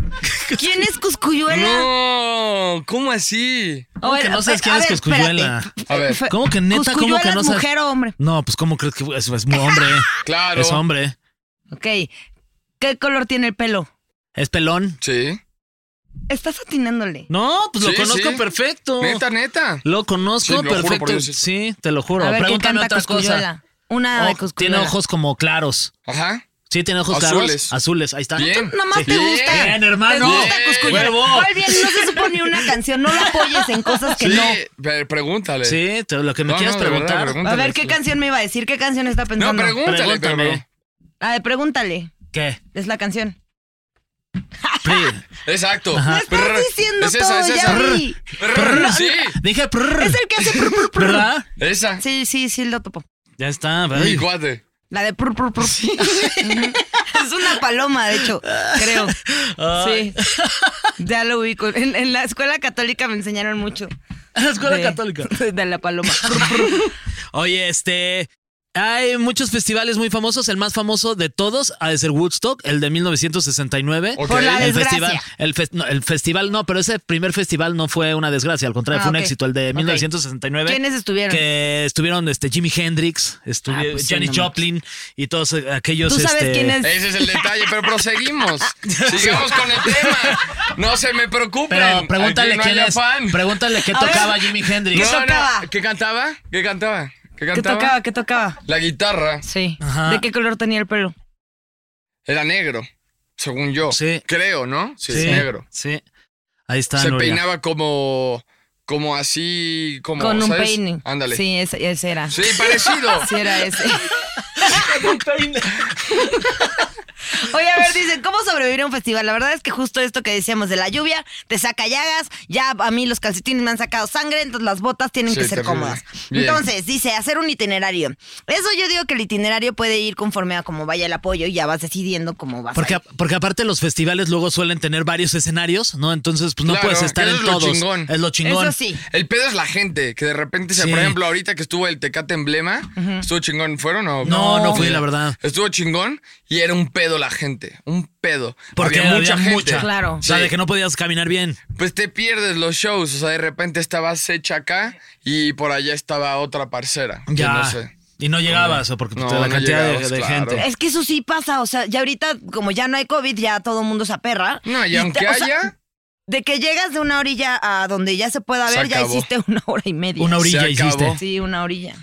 Speaker 2: ¿Quién es Cuscuyuela?
Speaker 3: No, ¿cómo así?
Speaker 1: ¿Cómo que no sabes quién es Coscuyuela?
Speaker 3: A ver.
Speaker 1: ¿Cómo que neta? ¿Cómo que no
Speaker 2: es
Speaker 1: sabes?
Speaker 2: mujer o hombre?
Speaker 1: No, pues ¿cómo crees que es, es muy hombre?
Speaker 3: Claro.
Speaker 1: Es hombre.
Speaker 2: Ok. ¿Qué color tiene el pelo?
Speaker 1: Es pelón.
Speaker 3: Sí.
Speaker 2: Estás atinándole.
Speaker 1: No, pues lo
Speaker 3: Sí,
Speaker 1: conozco
Speaker 3: sí.
Speaker 1: perfecto.
Speaker 3: Neta, neta.
Speaker 1: Lo
Speaker 3: Sí,
Speaker 1: conozco
Speaker 3: lo juro por
Speaker 1: perfecto.
Speaker 3: Dios, sí.
Speaker 1: sí, te lo juro.
Speaker 2: a ver, ¿qué Ah,
Speaker 1: Pregúntame
Speaker 2: canta
Speaker 1: otra cosa.
Speaker 2: Coscuyuela? Una de
Speaker 1: Oh, tiene
Speaker 2: Coscuyuela.
Speaker 1: ojos como claros.
Speaker 3: Ajá.
Speaker 1: Sí, tiene ojos
Speaker 3: Azules.
Speaker 1: claros. Azules. Ahí está.
Speaker 3: Bien.
Speaker 2: Nomás
Speaker 3: Sí.
Speaker 2: te gusta.
Speaker 1: Bien, hermano.
Speaker 2: Te gusta
Speaker 3: Bien.
Speaker 2: Coscuyuela.
Speaker 1: Huevo.
Speaker 2: Muy bien, no se supone una canción. No la apoyes en cosas que
Speaker 3: sí,
Speaker 2: no.
Speaker 3: pero pregúntale.
Speaker 1: Sí, te- lo que me
Speaker 3: No,
Speaker 1: quieras
Speaker 3: no, de verdad,
Speaker 1: preguntar.
Speaker 2: A
Speaker 3: pregúntale.
Speaker 2: ver, ¿qué canción me iba a decir? ¿Qué canción está
Speaker 3: No,
Speaker 2: pensando?
Speaker 3: pregúntale, pero-
Speaker 1: Pregúntame.
Speaker 2: A ver, pregúntale.
Speaker 1: ¿Qué?
Speaker 2: Es la canción.
Speaker 1: Pri-
Speaker 3: Exacto.
Speaker 2: Me
Speaker 3: Prr.
Speaker 2: estás diciendo
Speaker 3: Es esa,
Speaker 2: todo,
Speaker 3: es
Speaker 2: ya
Speaker 3: esa.
Speaker 2: vi.
Speaker 3: Prr. Sí,
Speaker 1: Dije prr,
Speaker 2: Es el que hace prr, prr, prr.
Speaker 1: ¿verdad?
Speaker 3: esa.
Speaker 2: Sí, sí, sí, lo topo.
Speaker 1: Ya está.
Speaker 3: Mi
Speaker 1: ay.
Speaker 3: cuate.
Speaker 2: La de prr, prr, prr. es una paloma, de hecho, creo. Sí. Ya lo ubico. En, en la escuela católica me enseñaron mucho.
Speaker 1: La escuela
Speaker 2: de-
Speaker 1: católica.
Speaker 2: De la paloma.
Speaker 1: Oye, este. Hay muchos festivales muy famosos. El más famoso de todos ha de ser Woodstock, el de 1969.
Speaker 3: Ok. Por la
Speaker 1: el
Speaker 2: desgracia.
Speaker 1: festival, el, fes- no, el festival no, pero ese primer festival no fue una desgracia, al contrario,
Speaker 2: Ah,
Speaker 1: fue un
Speaker 2: ok.
Speaker 1: éxito, el de
Speaker 2: Ok.
Speaker 1: 1969.
Speaker 2: ¿Quiénes estuvieron?
Speaker 1: Que estuvieron este, Jimi Hendrix, estuvi-
Speaker 2: Ah, pues sí,
Speaker 1: Janis
Speaker 2: no mames.
Speaker 1: Joplin y todos eh, aquellos.
Speaker 2: ¿Tú sabes
Speaker 1: este,
Speaker 2: quién es?
Speaker 3: Ese es el detalle, pero proseguimos. Sigamos con el tema. No se me preocupen.
Speaker 1: Pero pregúntale
Speaker 3: Aquí no
Speaker 1: quién
Speaker 3: hay
Speaker 1: es.
Speaker 3: afán.
Speaker 1: Pregúntale qué
Speaker 2: A ver.
Speaker 1: tocaba Jimi
Speaker 3: No,
Speaker 1: Hendrix.
Speaker 3: no.
Speaker 2: tocaba?
Speaker 3: ¿Qué cantaba? ¿Qué cantaba? ¿Qué
Speaker 2: ¿Qué
Speaker 3: cantaba?
Speaker 2: tocaba? ¿Qué tocaba?
Speaker 3: La guitarra
Speaker 2: Sí.
Speaker 1: Ajá.
Speaker 2: ¿De qué color tenía el pelo?
Speaker 3: era negro, según yo.
Speaker 1: Sí.
Speaker 3: Creo, ¿no? Sí,
Speaker 1: Sí,
Speaker 3: negro.
Speaker 1: Sí. Ahí está.
Speaker 3: Se
Speaker 1: Nuria.
Speaker 3: peinaba como como así, como
Speaker 2: Con un
Speaker 3: ¿sabes?
Speaker 2: peine.
Speaker 3: Ándale. Sí.
Speaker 2: Sí, ese, ese era.
Speaker 3: parecido.
Speaker 2: Sí, era ese. Oye, a ver, dicen, ¿cómo sobrevivir a un festival? La verdad es que justo esto que decíamos de la lluvia, te saca llagas, ya a mí los calcetines me han sacado sangre, entonces las botas tienen
Speaker 3: Sí,
Speaker 2: que ser
Speaker 3: terrible.
Speaker 2: cómodas.
Speaker 3: Bien.
Speaker 2: Entonces, dice, hacer un itinerario. Eso yo digo que el itinerario puede ir conforme a cómo vaya el apoyo y ya vas decidiendo cómo vas.
Speaker 1: Porque,
Speaker 2: a ir.
Speaker 1: porque aparte los festivales luego suelen tener varios escenarios, ¿no? Entonces, pues no
Speaker 3: Claro,
Speaker 1: puedes estar
Speaker 3: eso
Speaker 1: en
Speaker 3: es lo
Speaker 1: todos.
Speaker 3: chingón.
Speaker 1: Es lo chingón.
Speaker 2: Eso sí.
Speaker 3: El pedo es la gente, que de repente, se-
Speaker 1: Sí.
Speaker 3: por ejemplo, ahorita que estuvo el Tecate Emblema, estuvo chingón, ¿fueron o
Speaker 1: No, no fui, la verdad.
Speaker 3: Estuvo chingón y era un pedo la gente, un pedo.
Speaker 1: Porque
Speaker 3: había mucha
Speaker 1: mucha,
Speaker 3: gente.
Speaker 1: mucha.
Speaker 2: Claro.
Speaker 1: O sea,
Speaker 3: Sí.
Speaker 1: de que no podías caminar bien.
Speaker 3: Pues te pierdes los shows, o sea, de repente estabas hecha acá y por allá estaba otra parcera. que
Speaker 1: Ya.
Speaker 3: No sé.
Speaker 1: Y no llegabas, o porque
Speaker 3: No,
Speaker 1: la
Speaker 3: no
Speaker 1: cantidad de-
Speaker 3: llegabas,
Speaker 1: de,
Speaker 3: claro.
Speaker 1: gente.
Speaker 2: Es que eso sí pasa, o sea, ya ahorita, como ya no hay COVID, ya todo el mundo se aperra.
Speaker 3: No, y,
Speaker 2: te-
Speaker 3: aunque
Speaker 2: o sea,
Speaker 3: haya,
Speaker 2: de que llegas de una orilla a donde ya se pueda
Speaker 3: Se
Speaker 2: ver, ya
Speaker 3: acabó.
Speaker 2: hiciste una hora y media.
Speaker 1: Una orilla
Speaker 3: Se acabó.
Speaker 1: hiciste.
Speaker 2: Sí, una orilla.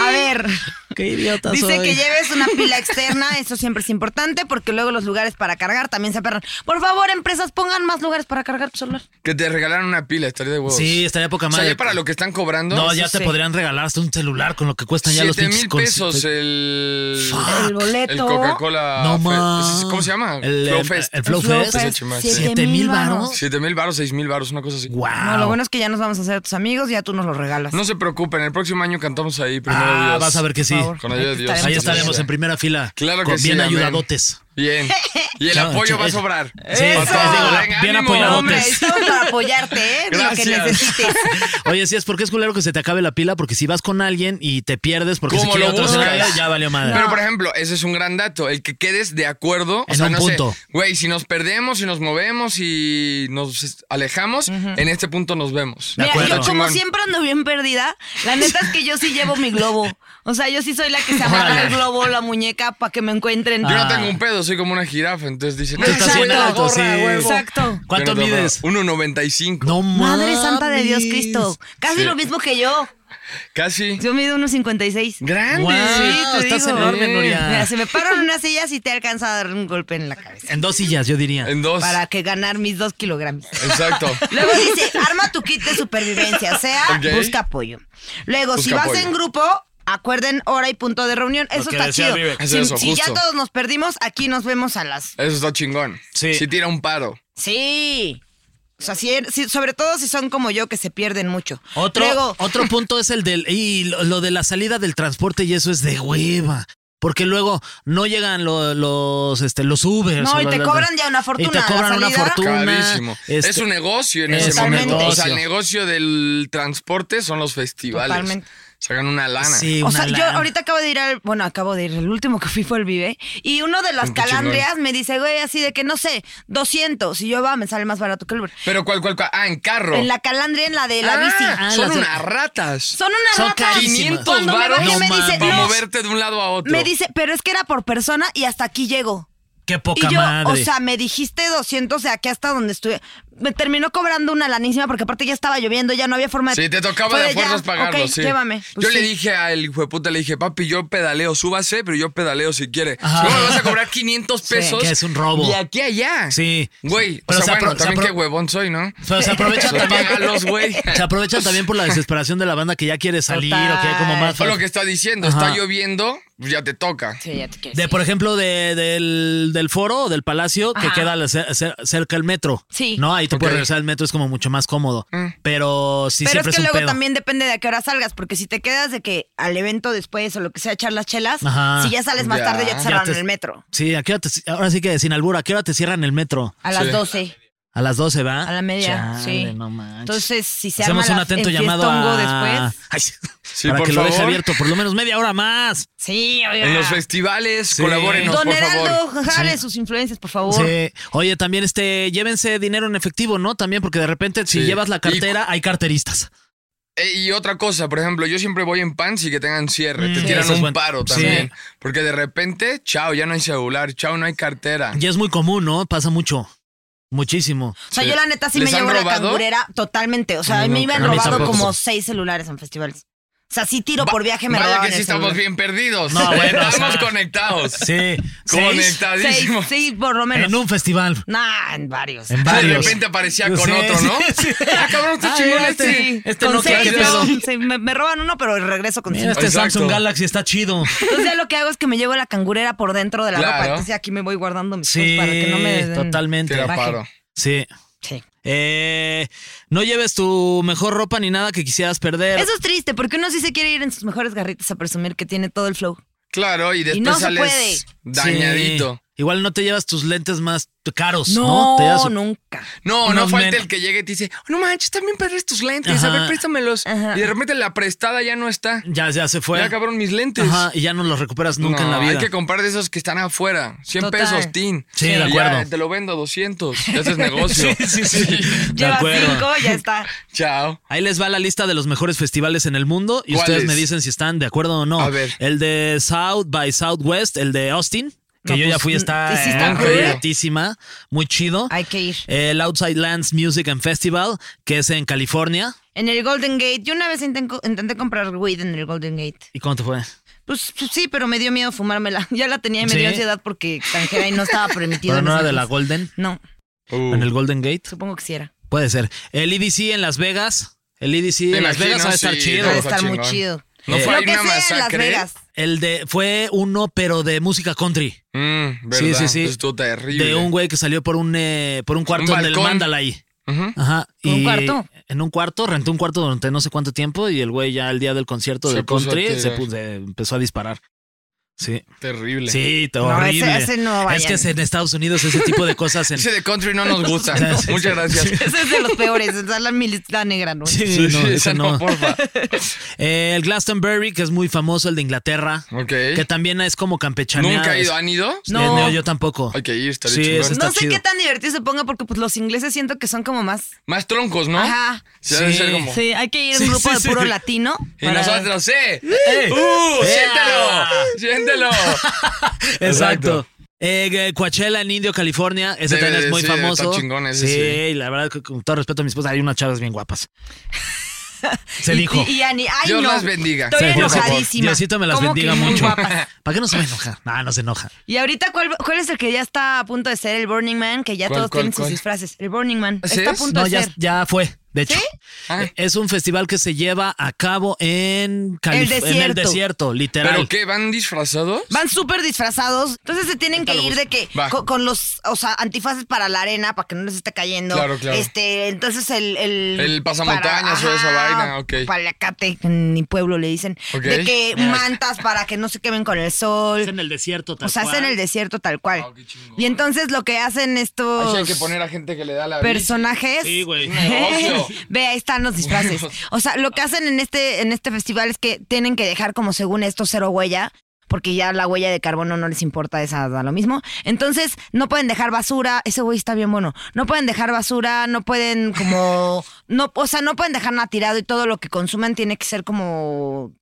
Speaker 2: A ver,
Speaker 1: Qué idiota
Speaker 2: dice que lleves una pila externa, eso siempre es importante porque luego los lugares para cargar también se aperran. Por favor, empresas, pongan más lugares para cargar tu celular.
Speaker 3: que te regalaran una pila, estaría de huevos.
Speaker 1: Sí, estaría poca
Speaker 3: Pues, O sea,
Speaker 1: madre. pues.
Speaker 3: ya para lo que están cobrando,
Speaker 1: No, ya
Speaker 2: Sí,
Speaker 1: te
Speaker 2: sí.
Speaker 1: podrían regalar hasta un celular con lo que cuestan ya los
Speaker 3: 7 mil
Speaker 1: pinches con-
Speaker 3: pesos eh, ah, el...
Speaker 2: El boleto.
Speaker 3: Ah, El Coca-Cola.
Speaker 1: No
Speaker 3: Fe-
Speaker 1: más.
Speaker 3: ¿Cómo se llama?
Speaker 1: El,
Speaker 3: Flow
Speaker 1: el,
Speaker 3: Fest.
Speaker 1: el Flow
Speaker 2: El Flow
Speaker 1: Fest.
Speaker 2: Fest,
Speaker 3: Siete
Speaker 1: ¿Siete mil baros?
Speaker 3: 7 mil baros, 6 mil baros, una cosa así.
Speaker 1: Wow.
Speaker 2: No, lo bueno es que ya nos vamos a hacer tus amigos, ya tú nos los regalas.
Speaker 3: No se preocupen, el próximo año cantamos ahí primero
Speaker 1: ah,
Speaker 3: Dios.
Speaker 1: vas a ver que sí.
Speaker 2: Por favor.
Speaker 3: Con ayuda de Dios.
Speaker 2: Ahí
Speaker 1: Ahí
Speaker 3: Entonces,
Speaker 1: estaremos
Speaker 3: sí.
Speaker 1: en primera fila.
Speaker 3: Claro que
Speaker 1: con-
Speaker 3: sí,
Speaker 1: Bien
Speaker 3: amén.
Speaker 1: ayudadotes.
Speaker 3: Bien. Y el
Speaker 1: Chao,
Speaker 3: apoyo
Speaker 1: chao.
Speaker 3: va a sobrar.
Speaker 1: Sí,
Speaker 3: Para
Speaker 1: sí,
Speaker 3: todos.
Speaker 1: digo,
Speaker 3: Venga,
Speaker 1: bien
Speaker 3: ánimo.
Speaker 1: apoyadotes.
Speaker 2: Hombre, ahí estamos para apoyarte, ¿eh? Lo que
Speaker 3: Gracias.
Speaker 2: necesites.
Speaker 1: Oye, sí, es porque es culero que se te acabe la pila, porque si vas con alguien y te pierdes porque se
Speaker 3: ¿Cómo
Speaker 1: quiere
Speaker 3: lo
Speaker 1: otro
Speaker 3: buscas?
Speaker 1: escenario, ya valió madre.
Speaker 3: Pero, por ejemplo, ese es un gran dato. El que quedes de acuerdo. o
Speaker 1: En
Speaker 3: sea,
Speaker 1: un
Speaker 3: no
Speaker 1: punto.
Speaker 3: sé. Güey, si nos perdemos, si nos movemos y nos alejamos, en este punto nos vemos.
Speaker 1: De
Speaker 2: Mira, yo
Speaker 1: acuerdo.
Speaker 2: como
Speaker 3: Chingón.
Speaker 2: siempre ando bien perdida, la neta es que yo sí llevo mi globo. O sea, yo sí soy la que se amarra
Speaker 1: Órale.
Speaker 2: el globo, la muñeca, para que me encuentren.
Speaker 3: Yo no
Speaker 1: Ah.
Speaker 3: tengo un pedo, soy como una jirafa, entonces dicen.
Speaker 1: Tú estás
Speaker 3: "Ese
Speaker 1: bien
Speaker 3: güey de la
Speaker 1: alto,
Speaker 3: gorra,
Speaker 1: sí.
Speaker 3: huevo".
Speaker 2: Exacto.
Speaker 1: ¿Cuánto
Speaker 3: Yo no tengo
Speaker 1: mides?
Speaker 3: nada. 1.95.
Speaker 1: No
Speaker 2: Madre santa de Dios
Speaker 1: mames.
Speaker 2: Cristo. Casi
Speaker 3: Sí.
Speaker 2: lo mismo que yo.
Speaker 3: Casi.
Speaker 2: Yo mido unos 56.
Speaker 3: Grande.
Speaker 1: Wow,
Speaker 2: te
Speaker 1: estás
Speaker 2: digo.
Speaker 1: enorme, Nuria.
Speaker 2: Mira, se me paran unas sillas y te alcanza a dar un golpe en la cabeza.
Speaker 1: En dos sillas, yo diría.
Speaker 3: En dos.
Speaker 2: Para que ganar mis dos kilogramos.
Speaker 3: Exacto.
Speaker 2: Luego dice, arma tu kit de supervivencia, o sea,
Speaker 3: Ok.
Speaker 2: busca apoyo. Luego, si
Speaker 3: Busca
Speaker 2: vas
Speaker 3: apoyo.
Speaker 2: en grupo, acuerden hora y punto de reunión. Eso
Speaker 1: que
Speaker 2: está
Speaker 1: decía
Speaker 2: chido.
Speaker 1: Vive.
Speaker 3: Es
Speaker 2: si
Speaker 3: eso,
Speaker 2: si ya
Speaker 3: justo.
Speaker 2: todos nos perdimos, aquí nos vemos a las.
Speaker 3: Eso está chingón.
Speaker 1: Sí.
Speaker 3: Si tira un paro.
Speaker 2: Sí. O sea, si er- si- sobre todo si son como yo que se pierden mucho.
Speaker 1: Otro,
Speaker 2: Luego,
Speaker 1: otro punto es el del. Y lo, lo de la salida del transporte, y eso es de hueva. Porque luego no llegan lo- los este, los Ubers.
Speaker 2: No,
Speaker 1: o
Speaker 2: y
Speaker 1: los-
Speaker 2: te
Speaker 1: los-
Speaker 2: cobran ya una fortuna,
Speaker 1: Y te cobran
Speaker 2: la
Speaker 1: una
Speaker 2: salida.
Speaker 1: fortuna.
Speaker 3: Carísimo.
Speaker 1: este,
Speaker 3: es un negocio en
Speaker 1: es
Speaker 3: ese
Speaker 2: un
Speaker 3: momento. O
Speaker 1: negocio.
Speaker 3: sea, el negocio del transporte son los festivales.
Speaker 2: Totalmente.
Speaker 3: Sacan una lana.
Speaker 1: Sí,
Speaker 2: O
Speaker 1: una
Speaker 2: sea, yo
Speaker 1: lana.
Speaker 2: ahorita acabo de ir al, bueno, acabo de ir, el último que fui fue el Vive, y uno de las
Speaker 3: Qué chingón.
Speaker 2: calandrias me dice, güey, así de que no sé, 200, y yo va, me sale más barato que el Uber.
Speaker 3: Pero cuál, cuál, cuál. Ah, en carro.
Speaker 2: En la calandria, en la de la
Speaker 3: Ah,
Speaker 2: bici.
Speaker 3: Son
Speaker 1: las-
Speaker 3: unas ratas.
Speaker 2: Son unas
Speaker 1: Son
Speaker 2: ratas.
Speaker 1: carísimas.
Speaker 2: Cuando
Speaker 3: 500
Speaker 2: me
Speaker 3: varos.
Speaker 2: baja,
Speaker 1: No
Speaker 2: me dice,
Speaker 1: mames.
Speaker 3: para
Speaker 2: "No,
Speaker 3: moverte de un lado a otro.
Speaker 2: Me dice, pero es que era por persona y hasta aquí llego.
Speaker 1: Qué poca
Speaker 2: y yo,
Speaker 1: madre.
Speaker 2: o sea, me dijiste 200 de aquí hasta donde estuve. Me terminó cobrando una lanísima porque aparte ya estaba lloviendo, ya no había forma de...
Speaker 3: Sí, te tocaba
Speaker 2: Fue
Speaker 3: de a
Speaker 2: ya,
Speaker 3: fuerzas pagarlo,
Speaker 2: ok,
Speaker 3: sí.
Speaker 2: llévame. Pues
Speaker 3: yo le
Speaker 2: sí.
Speaker 3: dije al hijo de puta, le dije, papi, yo pedaleo, súbase, pero yo pedaleo si quiere.
Speaker 1: Ajá.
Speaker 3: Luego me vas a cobrar 500 pesos.
Speaker 1: que es un robo.
Speaker 3: De aquí a allá.
Speaker 1: Sí.
Speaker 3: Güey,
Speaker 1: Pero
Speaker 3: o sea,
Speaker 1: se apro-
Speaker 3: bueno,
Speaker 1: se
Speaker 3: también
Speaker 1: apro-
Speaker 3: qué huevón soy, ¿no?
Speaker 1: Pero se aprovechan
Speaker 3: Pues
Speaker 1: también.
Speaker 3: págalos, güey.
Speaker 1: Se aprovechan también por la desesperación de la banda que ya quiere salir o que hay como más.
Speaker 3: Fue lo que está diciendo,
Speaker 1: Ajá.
Speaker 3: está lloviendo, pues ya te toca.
Speaker 2: Sí, ya te quieres
Speaker 1: De,
Speaker 2: ir.
Speaker 1: por ejemplo, de- del, del foro o del palacio que
Speaker 2: Ajá.
Speaker 1: queda al cer- cer- cerca el metro.
Speaker 2: Sí. Mm.
Speaker 1: No, ahí te
Speaker 3: Ok.
Speaker 1: puedes regresar al metro, es como mucho más cómodo. Pero sí,
Speaker 2: Pero
Speaker 1: siempre
Speaker 2: es
Speaker 1: es,
Speaker 2: que
Speaker 1: un
Speaker 2: luego
Speaker 1: pedo.
Speaker 2: también depende de a qué hora salgas, porque si te quedas de que al evento después o lo que sea echar las chelas,
Speaker 1: Ajá.
Speaker 2: si ya sales más
Speaker 3: Ya.
Speaker 2: tarde ya te
Speaker 3: Ya
Speaker 2: cerraron
Speaker 1: te-
Speaker 2: el metro.
Speaker 1: Sí, ¿a qué hora te- ahora sí que sin albur, ¿a qué hora te cierran el metro?
Speaker 2: A las
Speaker 3: Sí.
Speaker 2: 12,
Speaker 1: A las 12, ¿va?
Speaker 2: a la media,
Speaker 1: Chale,
Speaker 2: sí.
Speaker 1: no manches.
Speaker 2: Entonces, si se
Speaker 1: Hacemos
Speaker 2: arma
Speaker 1: un
Speaker 2: la-
Speaker 1: atento
Speaker 2: el
Speaker 1: llamado
Speaker 2: fiestongo
Speaker 1: a...
Speaker 2: después.
Speaker 1: Ay,
Speaker 3: Sí,
Speaker 1: para
Speaker 3: por
Speaker 1: que lo deje
Speaker 3: favor.
Speaker 1: abierto por lo menos media hora más.
Speaker 2: Sí, oiga.
Speaker 3: En los festivales, colabórenos,
Speaker 2: Ah. Don
Speaker 3: por favor.
Speaker 2: Heraldo, jale sus influencias, por favor.
Speaker 1: Sí. Oye, también este, llévense dinero en efectivo, ¿no? También porque de repente si
Speaker 3: Sí.
Speaker 1: llevas la
Speaker 3: Y-
Speaker 1: cartera hay carteristas.
Speaker 3: Eh, y otra cosa, por ejemplo, yo siempre voy en pants y que tengan cierre. te
Speaker 1: Sí,
Speaker 3: tiran
Speaker 1: Mm. eso es
Speaker 3: un
Speaker 1: bueno.
Speaker 3: paro
Speaker 1: Sí.
Speaker 3: también. Porque de repente, chao, ya no hay celular, chao, no hay cartera.
Speaker 1: Y es muy común, ¿no? Pasa mucho. Muchísimo.
Speaker 2: O sea,
Speaker 3: Sí.
Speaker 2: yo la neta sí me
Speaker 3: ¿Les han
Speaker 2: llevo la
Speaker 3: robado?
Speaker 2: cangurera totalmente. O sea,
Speaker 3: No,
Speaker 2: me iban
Speaker 1: a mí
Speaker 2: robado
Speaker 1: tampoco.
Speaker 2: como seis celulares en festivales. O sea, sí tiro
Speaker 3: Va-
Speaker 2: por viaje, me
Speaker 3: Vaya
Speaker 2: robaban
Speaker 3: que sí
Speaker 2: el
Speaker 3: estamos
Speaker 2: celular.
Speaker 3: bien perdidos.
Speaker 1: No, bueno, o
Speaker 3: estamos
Speaker 1: sea.
Speaker 3: conectados.
Speaker 1: Sí. Seis
Speaker 3: Conectadísimos.
Speaker 2: Seis, sí, por lo menos.
Speaker 1: en un festival.
Speaker 2: Nah, en varios.
Speaker 1: En
Speaker 3: De
Speaker 1: varios.
Speaker 3: repente aparecía
Speaker 1: Yo
Speaker 3: con
Speaker 1: sé,
Speaker 3: otro,
Speaker 1: sí,
Speaker 3: ¿no?
Speaker 1: sí.
Speaker 3: Ah, cabrón, este
Speaker 1: Ah,
Speaker 3: chingón
Speaker 1: mira,
Speaker 3: este.
Speaker 1: este- este
Speaker 2: Con
Speaker 1: no
Speaker 2: seis,
Speaker 1: ¿qué
Speaker 3: ¿qué
Speaker 1: pedo?
Speaker 2: no, sí, me, me roban uno, pero regreso con
Speaker 1: Mira,
Speaker 2: cinco.
Speaker 1: este
Speaker 3: Exacto.
Speaker 1: Samsung Galaxy está chido.
Speaker 2: Entonces ya lo que hago es que me llevo la cangurera por dentro de la
Speaker 3: Claro.
Speaker 2: ropa. Entonces aquí me voy guardando mis cosas
Speaker 1: Sí,
Speaker 2: para que no me den-
Speaker 1: totalmente.
Speaker 3: Tira
Speaker 2: Baje.
Speaker 3: paro.
Speaker 1: Sí.
Speaker 2: Sí.
Speaker 1: Eh, no lleves tu mejor ropa ni nada que quisieras perder.
Speaker 2: Eso es triste, porque uno sí se quiere ir en sus mejores garritas a presumir que tiene todo el flow.
Speaker 3: Claro, y después
Speaker 2: no se puede.
Speaker 3: sales dañadito.
Speaker 1: Sí. Igual no te llevas tus lentes más caros, ¿no?
Speaker 2: No,
Speaker 1: Te llevas-
Speaker 2: nunca.
Speaker 3: No, no
Speaker 1: Unos
Speaker 3: falta
Speaker 1: men-
Speaker 3: el que llegue y te dice, "Oh, no manches, también perdés tus lentes,
Speaker 1: Ajá.
Speaker 3: a ver, préstamelos.
Speaker 2: Ajá.
Speaker 3: Y de repente la prestada ya no está.
Speaker 1: Ya, ya se fue.
Speaker 3: Ya cabrón, mis lentes.
Speaker 1: Ajá, y ya no los recuperas nunca en
Speaker 3: No,
Speaker 1: la vida.
Speaker 3: Hay que comprar de esos que están afuera. 100
Speaker 2: Total.
Speaker 3: pesos, Tin.
Speaker 1: Sí, de
Speaker 3: Y
Speaker 1: acuerdo.
Speaker 3: Ya, te lo vendo 200. Ya haces negocio.
Speaker 1: Sí, sí, sí. De
Speaker 2: Lleva
Speaker 1: acuerdo.
Speaker 2: cinco, ya está.
Speaker 3: Chao.
Speaker 1: Ahí les va la lista de los mejores festivales en el mundo y ustedes
Speaker 3: ¿Cuáles?
Speaker 1: me dicen si están de acuerdo o no.
Speaker 3: A ver.
Speaker 1: El de South by Southwest, el de Austin, que
Speaker 2: No,
Speaker 1: yo ya
Speaker 2: pues,
Speaker 1: fui, está
Speaker 2: ¿y si está
Speaker 3: cool?
Speaker 1: completísima, muy chido.
Speaker 2: Hay que ir.
Speaker 1: El Outside Lands Music and Festival, que es en California.
Speaker 2: En el Golden Gate, yo una vez intenté, intenté comprar weed en el Golden Gate.
Speaker 1: ¿Y cómo te fue?
Speaker 2: Pues, pues sí, pero me dio miedo fumármela. Ya la tenía y me
Speaker 1: ¿Sí?
Speaker 2: dio ansiedad porque extranjera y no estaba permitido.
Speaker 1: Pero
Speaker 2: en
Speaker 1: no
Speaker 2: ese
Speaker 1: era de la
Speaker 2: entonces.
Speaker 1: Golden,
Speaker 2: No,
Speaker 3: Uh.
Speaker 1: en el Golden Gate.
Speaker 2: supongo que sí era.
Speaker 1: Puede ser. El EDC en Las Vegas. El EDC en Las Vegas va a estar chido.
Speaker 2: Ha de estar muy chido.
Speaker 3: No
Speaker 1: Eh,
Speaker 3: fue
Speaker 2: Lo
Speaker 3: ahí
Speaker 2: que
Speaker 3: una
Speaker 2: sea en Las
Speaker 3: masacre.
Speaker 2: Vegas.
Speaker 1: El de fue uno, pero de música country.
Speaker 3: Mm,
Speaker 1: Sí,
Speaker 3: ¿verdad?
Speaker 1: sí, sí.
Speaker 3: Estuvo terrible.
Speaker 1: De un güey que salió por un eh, por un cuarto
Speaker 3: Un
Speaker 1: en el
Speaker 3: balcón.
Speaker 1: Mandala ahí.
Speaker 3: Ujú.
Speaker 1: Ajá.
Speaker 2: ¿En un
Speaker 1: y
Speaker 2: cuarto?
Speaker 1: En un cuarto, rentó un cuarto durante no sé cuánto tiempo y el güey ya el día del concierto
Speaker 3: Se
Speaker 1: del
Speaker 3: puso a
Speaker 1: country
Speaker 3: tirar.
Speaker 1: se puso- eh, empezó a disparar. Sí.
Speaker 3: Terrible.
Speaker 1: Sí, te-
Speaker 2: No, ese-
Speaker 1: horrible.
Speaker 2: ese no
Speaker 1: es
Speaker 2: vayan.
Speaker 1: que es en Estados Unidos ese tipo de cosas en
Speaker 3: Ese de country no nos gusta.
Speaker 1: Sí, sí,
Speaker 3: Muchas gracias.
Speaker 2: Ese es de los peores. Esa es la milita negra, ¿no?
Speaker 1: Sí,
Speaker 3: Sí,
Speaker 1: no,
Speaker 3: sí,
Speaker 1: ese
Speaker 3: esa no,
Speaker 1: no.
Speaker 3: porfa.
Speaker 1: Eh, el Glastonbury, que es muy famoso, el de Inglaterra,
Speaker 3: Ok.
Speaker 1: que también es como campechaneado.
Speaker 3: Nunca he ido.
Speaker 1: Es-
Speaker 3: ¿Han ido?
Speaker 1: Eh, No. yo tampoco.
Speaker 3: Hay que ir, estaría
Speaker 1: Sí,
Speaker 3: chingón.
Speaker 1: eso está
Speaker 2: No sé
Speaker 1: chido.
Speaker 2: qué tan divertido se ponga porque pues los ingleses siento que son como más.
Speaker 3: Más troncos, ¿no?
Speaker 2: Ajá.
Speaker 3: Sí, debe
Speaker 1: ¿Ah? Sí.
Speaker 3: ser como.
Speaker 2: Sí, hay que ir a un
Speaker 1: Sí,
Speaker 2: grupo
Speaker 1: sí,
Speaker 2: de puro
Speaker 1: sí.
Speaker 2: latino.
Speaker 3: Y
Speaker 2: para-
Speaker 3: nosotros, ¡eh!
Speaker 1: ¡Eh!
Speaker 3: ¡Uh!
Speaker 1: ¡Eh!
Speaker 3: ¡Siéntelo! ¡Siéntelo!
Speaker 1: Exacto. Eh, que Coachella en Indio, California, ese
Speaker 3: Debe
Speaker 1: también es
Speaker 3: de-
Speaker 1: muy
Speaker 3: sí, debe
Speaker 1: famoso.
Speaker 3: estar chingón ese,
Speaker 1: sí,
Speaker 3: sí.
Speaker 1: y la verdad, que con todo respeto a mi esposa, hay unas chavas bien guapas. Se
Speaker 2: y-
Speaker 1: dijo.
Speaker 2: Y, y Ani, ay,
Speaker 3: Dios
Speaker 2: no.
Speaker 3: las bendiga.
Speaker 2: Estoy
Speaker 3: Sí, por favor.
Speaker 2: enojadísima.
Speaker 1: Diosito me las
Speaker 2: ¿Cómo que
Speaker 1: bendiga
Speaker 2: muy
Speaker 1: mucho.
Speaker 2: guapas? Pues
Speaker 1: ¿Para qué no se va a enojar? No, no se enoja.
Speaker 2: Y ahorita, ¿cuál, ¿cuál es el que ya está a punto de ser el Burning Man? Que ya
Speaker 3: ¿Cuál,
Speaker 2: todos
Speaker 3: cuál,
Speaker 2: tienen sus
Speaker 3: cuál?
Speaker 2: disfraces. El Burning Man.
Speaker 3: ¿Ese
Speaker 2: Está a
Speaker 3: es?
Speaker 2: punto
Speaker 1: No,
Speaker 2: de
Speaker 1: ya,
Speaker 2: ser.
Speaker 1: ya fue. de hecho. Eh,
Speaker 3: Ah.
Speaker 1: Es un festival que se lleva a cabo en, Calif-
Speaker 2: El
Speaker 1: en el
Speaker 2: desierto.
Speaker 1: desierto, literal.
Speaker 3: ¿Pero qué? ¿Van disfrazados?
Speaker 2: Van súper disfrazados, entonces se tienen que ir de que
Speaker 3: Va.
Speaker 2: co- con, los o sea, antifaces para la arena para que no les esté cayendo.
Speaker 3: Claro, claro.
Speaker 2: Este, entonces el el,
Speaker 3: El pasamontañas o esa
Speaker 2: ajá,
Speaker 3: vaina, ok.
Speaker 2: Palacate, en mi pueblo le dicen,
Speaker 3: Ok.
Speaker 2: de que mantas para que no se quemen con el sol.
Speaker 1: Es en el desierto, tal
Speaker 2: o sea, es
Speaker 1: cual.
Speaker 2: en el desierto tal cual.
Speaker 3: Ah, qué chingón.
Speaker 2: y entonces lo que hacen estos
Speaker 3: Ahí sí hay que poner a gente que le da la bici.
Speaker 2: personajes.
Speaker 1: Sí, güey.
Speaker 3: Negocio.
Speaker 2: Ve, ahí están los disfraces. O sea, lo que hacen en este, en este festival es que tienen que dejar como según esto cero huella, porque ya la huella de carbono no les importa, esa da lo mismo. Entonces, no pueden dejar basura, ese güey está bien bueno. No pueden dejar basura, no pueden como, no, o sea, no pueden dejar nada tirado y todo lo que consumen tiene que ser como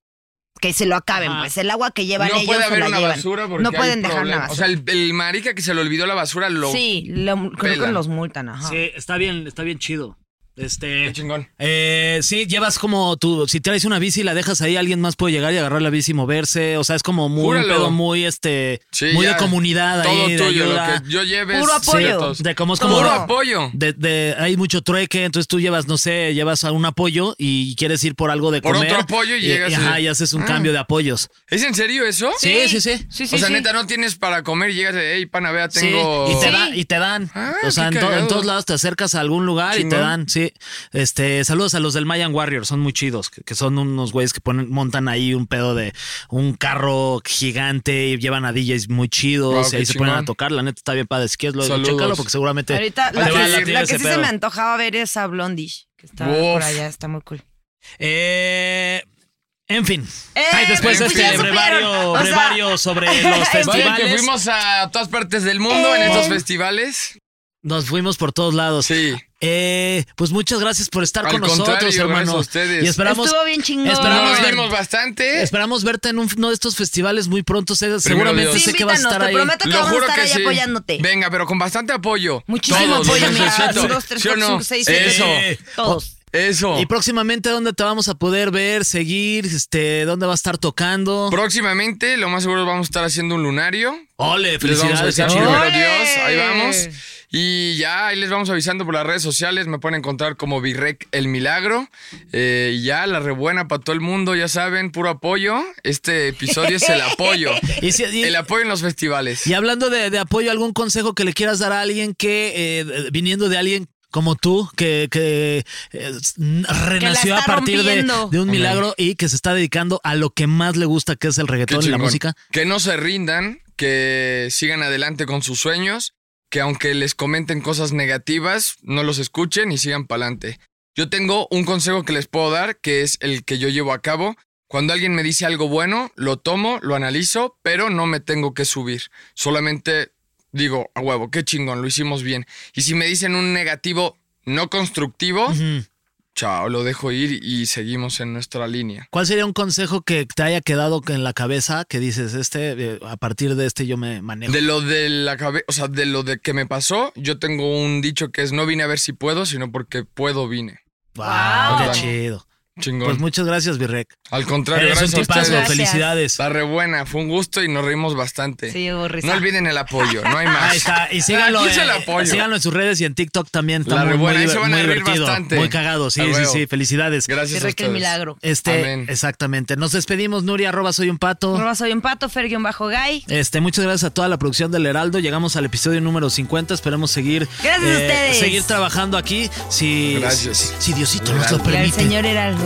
Speaker 2: que se lo acaben,
Speaker 1: Ajá.
Speaker 2: pues el agua que llevan
Speaker 3: no
Speaker 2: ellos
Speaker 3: puede
Speaker 2: se
Speaker 3: haber
Speaker 2: la
Speaker 3: una
Speaker 2: llevan.
Speaker 3: basura porque
Speaker 2: no
Speaker 3: hay
Speaker 2: pueden dejar
Speaker 3: problema.
Speaker 2: nada.
Speaker 3: O sea, el, el marica que se le olvidó la basura lo...
Speaker 2: sí, lo- creo que
Speaker 3: pelan.
Speaker 2: los multan, ajá.
Speaker 1: Sí, está bien, está bien chido. Este.
Speaker 3: Qué chingón.
Speaker 1: Eh, sí, llevas como tú, si traes una bici y la dejas ahí, alguien más puede llegar y agarrar la bici y moverse. O sea, es como muy, un
Speaker 3: Júralo.
Speaker 1: pedo muy, este,
Speaker 3: Sí,
Speaker 1: muy de
Speaker 3: ya.
Speaker 1: comunidad
Speaker 3: Todo
Speaker 1: ahí, de
Speaker 3: tuyo,
Speaker 1: ayuda.
Speaker 3: lo que yo lleves.
Speaker 2: Puro apoyo.
Speaker 3: de todos.
Speaker 1: De cómo es como.
Speaker 3: Puro apoyo.
Speaker 1: De, de- hay mucho trueque, entonces tú llevas, no sé, llevas a un apoyo y quieres ir por algo de
Speaker 3: Por
Speaker 1: comer.
Speaker 3: otro apoyo y llegas y- Ah.
Speaker 1: ajá, y haces un cambio de apoyos.
Speaker 3: ¿Es en serio eso?
Speaker 1: Sí, sí, sí.
Speaker 3: o sea, neta, no tienes para comer y llegas de, hey, pana, vea,
Speaker 1: Sí,
Speaker 3: tengo...
Speaker 1: y te, da- y te dan.
Speaker 3: Ah,
Speaker 1: o sea,
Speaker 3: qué
Speaker 1: en, to- en
Speaker 3: cagado.
Speaker 1: todos lados te acercas a algún lugar y te
Speaker 3: Chingón.
Speaker 1: dan, sí. Este, saludos a los del Mayan Warrior, son muy chidos, que, que son unos güeyes que ponen, montan ahí un pedo de un carro gigante y llevan a DJs muy chidos
Speaker 3: Wow,
Speaker 1: y
Speaker 3: qué
Speaker 1: ahí se ponen a
Speaker 3: chingón.
Speaker 1: tocar. La neta está bien padre. Si quieres, lo
Speaker 3: Saludos.
Speaker 1: chécalo porque seguramente.
Speaker 2: Ahorita
Speaker 1: te
Speaker 2: la,
Speaker 1: va a
Speaker 3: que-
Speaker 2: que,
Speaker 1: latir
Speaker 2: la
Speaker 1: ese
Speaker 2: que sí se
Speaker 1: pedo.
Speaker 2: me antojaba ver es a Blondish, que está
Speaker 3: Uf.
Speaker 2: por allá, está muy cool.
Speaker 1: Eh, en fin.
Speaker 2: Eh,
Speaker 1: Ay, después
Speaker 3: pues
Speaker 1: este
Speaker 3: ya supieron.
Speaker 1: brevario,
Speaker 2: O sea-
Speaker 1: brevario sobre los
Speaker 3: Vaya que
Speaker 1: festivales.
Speaker 3: fuimos a todas partes del mundo en
Speaker 2: Eh.
Speaker 3: estos festivales.
Speaker 1: Nos fuimos por todos lados.
Speaker 3: Sí.
Speaker 1: Eh, pues muchas gracias por estar
Speaker 3: Al
Speaker 1: con nosotros,
Speaker 3: contrario, gracias
Speaker 1: hermanos.
Speaker 3: a ustedes.
Speaker 1: Y esperamos,
Speaker 2: Estuvo bien chingón.
Speaker 1: esperamos,
Speaker 3: Nos
Speaker 1: ver-
Speaker 3: vimos bastante.
Speaker 1: esperamos verte en un- uno de estos festivales muy pronto. Sé- seguramente
Speaker 3: Dios.
Speaker 1: sé que vas a
Speaker 2: Invítanos,
Speaker 1: estar
Speaker 2: te
Speaker 1: ahí.
Speaker 2: prometo que
Speaker 3: Lo
Speaker 2: vamos a
Speaker 3: juro
Speaker 2: estar
Speaker 3: que
Speaker 2: ahí
Speaker 3: sí.
Speaker 2: apoyándote.
Speaker 3: Venga, pero con bastante apoyo.
Speaker 2: Muchísimo
Speaker 3: Todos,
Speaker 2: apoyo,
Speaker 3: los
Speaker 2: mira,
Speaker 3: necesito.
Speaker 2: un, dos, tres,
Speaker 3: ¿Sí o
Speaker 2: cuatro,
Speaker 3: no?
Speaker 2: cinco, seis, siete,
Speaker 3: Eso,
Speaker 2: ocho. Todos.
Speaker 3: eso.
Speaker 1: Y próximamente, ¿dónde te vamos a poder ver, seguir? este ¿Dónde va a estar tocando?
Speaker 3: Próximamente, lo más seguro, vamos a estar haciendo un lunario.
Speaker 1: ¡Ole!
Speaker 3: Les vamos
Speaker 1: ¡Felicidades!
Speaker 3: a avisar
Speaker 1: qué chido.
Speaker 3: primero
Speaker 2: ¡Ole!
Speaker 3: Dios, ahí vamos. Y ya, ahí les vamos avisando por las redes sociales. Me pueden encontrar como Virrec El Milagro. Eh, y ya, la rebuena para todo el mundo, ya saben, puro apoyo. Este episodio es el apoyo.
Speaker 1: Y si- y-
Speaker 3: El apoyo en los festivales.
Speaker 1: Y hablando de, de apoyo, ¿algún consejo que le quieras dar a alguien que, eh, viniendo de alguien como tú, que, que, eh, n- renació a
Speaker 2: está
Speaker 1: partir de,
Speaker 2: rompiendo.
Speaker 1: de un milagro y que se está dedicando a lo que más le gusta, que es el
Speaker 3: Qué
Speaker 1: reggaetón y la
Speaker 3: chingón.
Speaker 1: música?
Speaker 3: Que no se rindan, que sigan adelante con sus sueños, que aunque les comenten cosas negativas, no los escuchen y sigan para adelante. Yo tengo un consejo que les puedo dar, que es el que yo llevo a cabo. Cuando alguien me dice algo bueno, lo tomo, lo analizo, pero no me tengo que subir. Solamente digo, a huevo, qué chingón, lo hicimos bien. Y si me dicen un negativo no constructivo, chao, lo dejo ir y seguimos en nuestra línea.
Speaker 1: ¿Cuál sería un consejo que te haya quedado en la cabeza que dices, este, eh, a partir de este yo me manejo?
Speaker 3: De lo de la cabeza, o sea, de lo de que me pasó, yo tengo un dicho que es no vine a ver si puedo, sino porque puedo vine.
Speaker 1: wow,
Speaker 3: Wow.
Speaker 1: ¡Qué chido!
Speaker 3: Chingón.
Speaker 1: Pues muchas gracias, Virrec.
Speaker 3: Al contrario,
Speaker 1: Eres un
Speaker 3: gracias a
Speaker 1: tipazo,
Speaker 3: ustedes.
Speaker 2: Gracias.
Speaker 1: felicidades.
Speaker 3: La rebuena, fue un gusto y nos reímos bastante.
Speaker 2: Sí, hubo risa.
Speaker 3: No olviden el apoyo, no hay más.
Speaker 1: Ahí está, y síganlo,
Speaker 3: Aquí es el
Speaker 1: eh,
Speaker 3: apoyo.
Speaker 1: síganlo en sus redes y en TikTok también. Está
Speaker 3: La
Speaker 1: muy, muy
Speaker 3: rebuena, ahí
Speaker 1: diver-
Speaker 3: se van a
Speaker 1: muy
Speaker 3: reír
Speaker 1: divertido,
Speaker 3: bastante.
Speaker 1: muy cagado,
Speaker 3: A
Speaker 1: sí, sí,
Speaker 3: huevo.
Speaker 1: sí, felicidades.
Speaker 3: Gracias a
Speaker 2: Virrec el
Speaker 3: ustedes.
Speaker 2: milagro.
Speaker 1: Este,
Speaker 3: Amén.
Speaker 1: exactamente. Nos despedimos, Nuria, arroba soy un pato.
Speaker 2: Arroba soy un pato, Fer-Gay.
Speaker 1: Este, muchas gracias a toda la producción del Heraldo. Llegamos al episodio número 50. Esperemos seguir, eh,
Speaker 2: Gracias a ustedes.
Speaker 1: seguir trabajando aquí. Si,
Speaker 3: Gracias.
Speaker 1: si, si Diosito nos
Speaker 3: Gracias.
Speaker 1: lo
Speaker 2: Y al
Speaker 1: permite.
Speaker 2: señor Heraldo.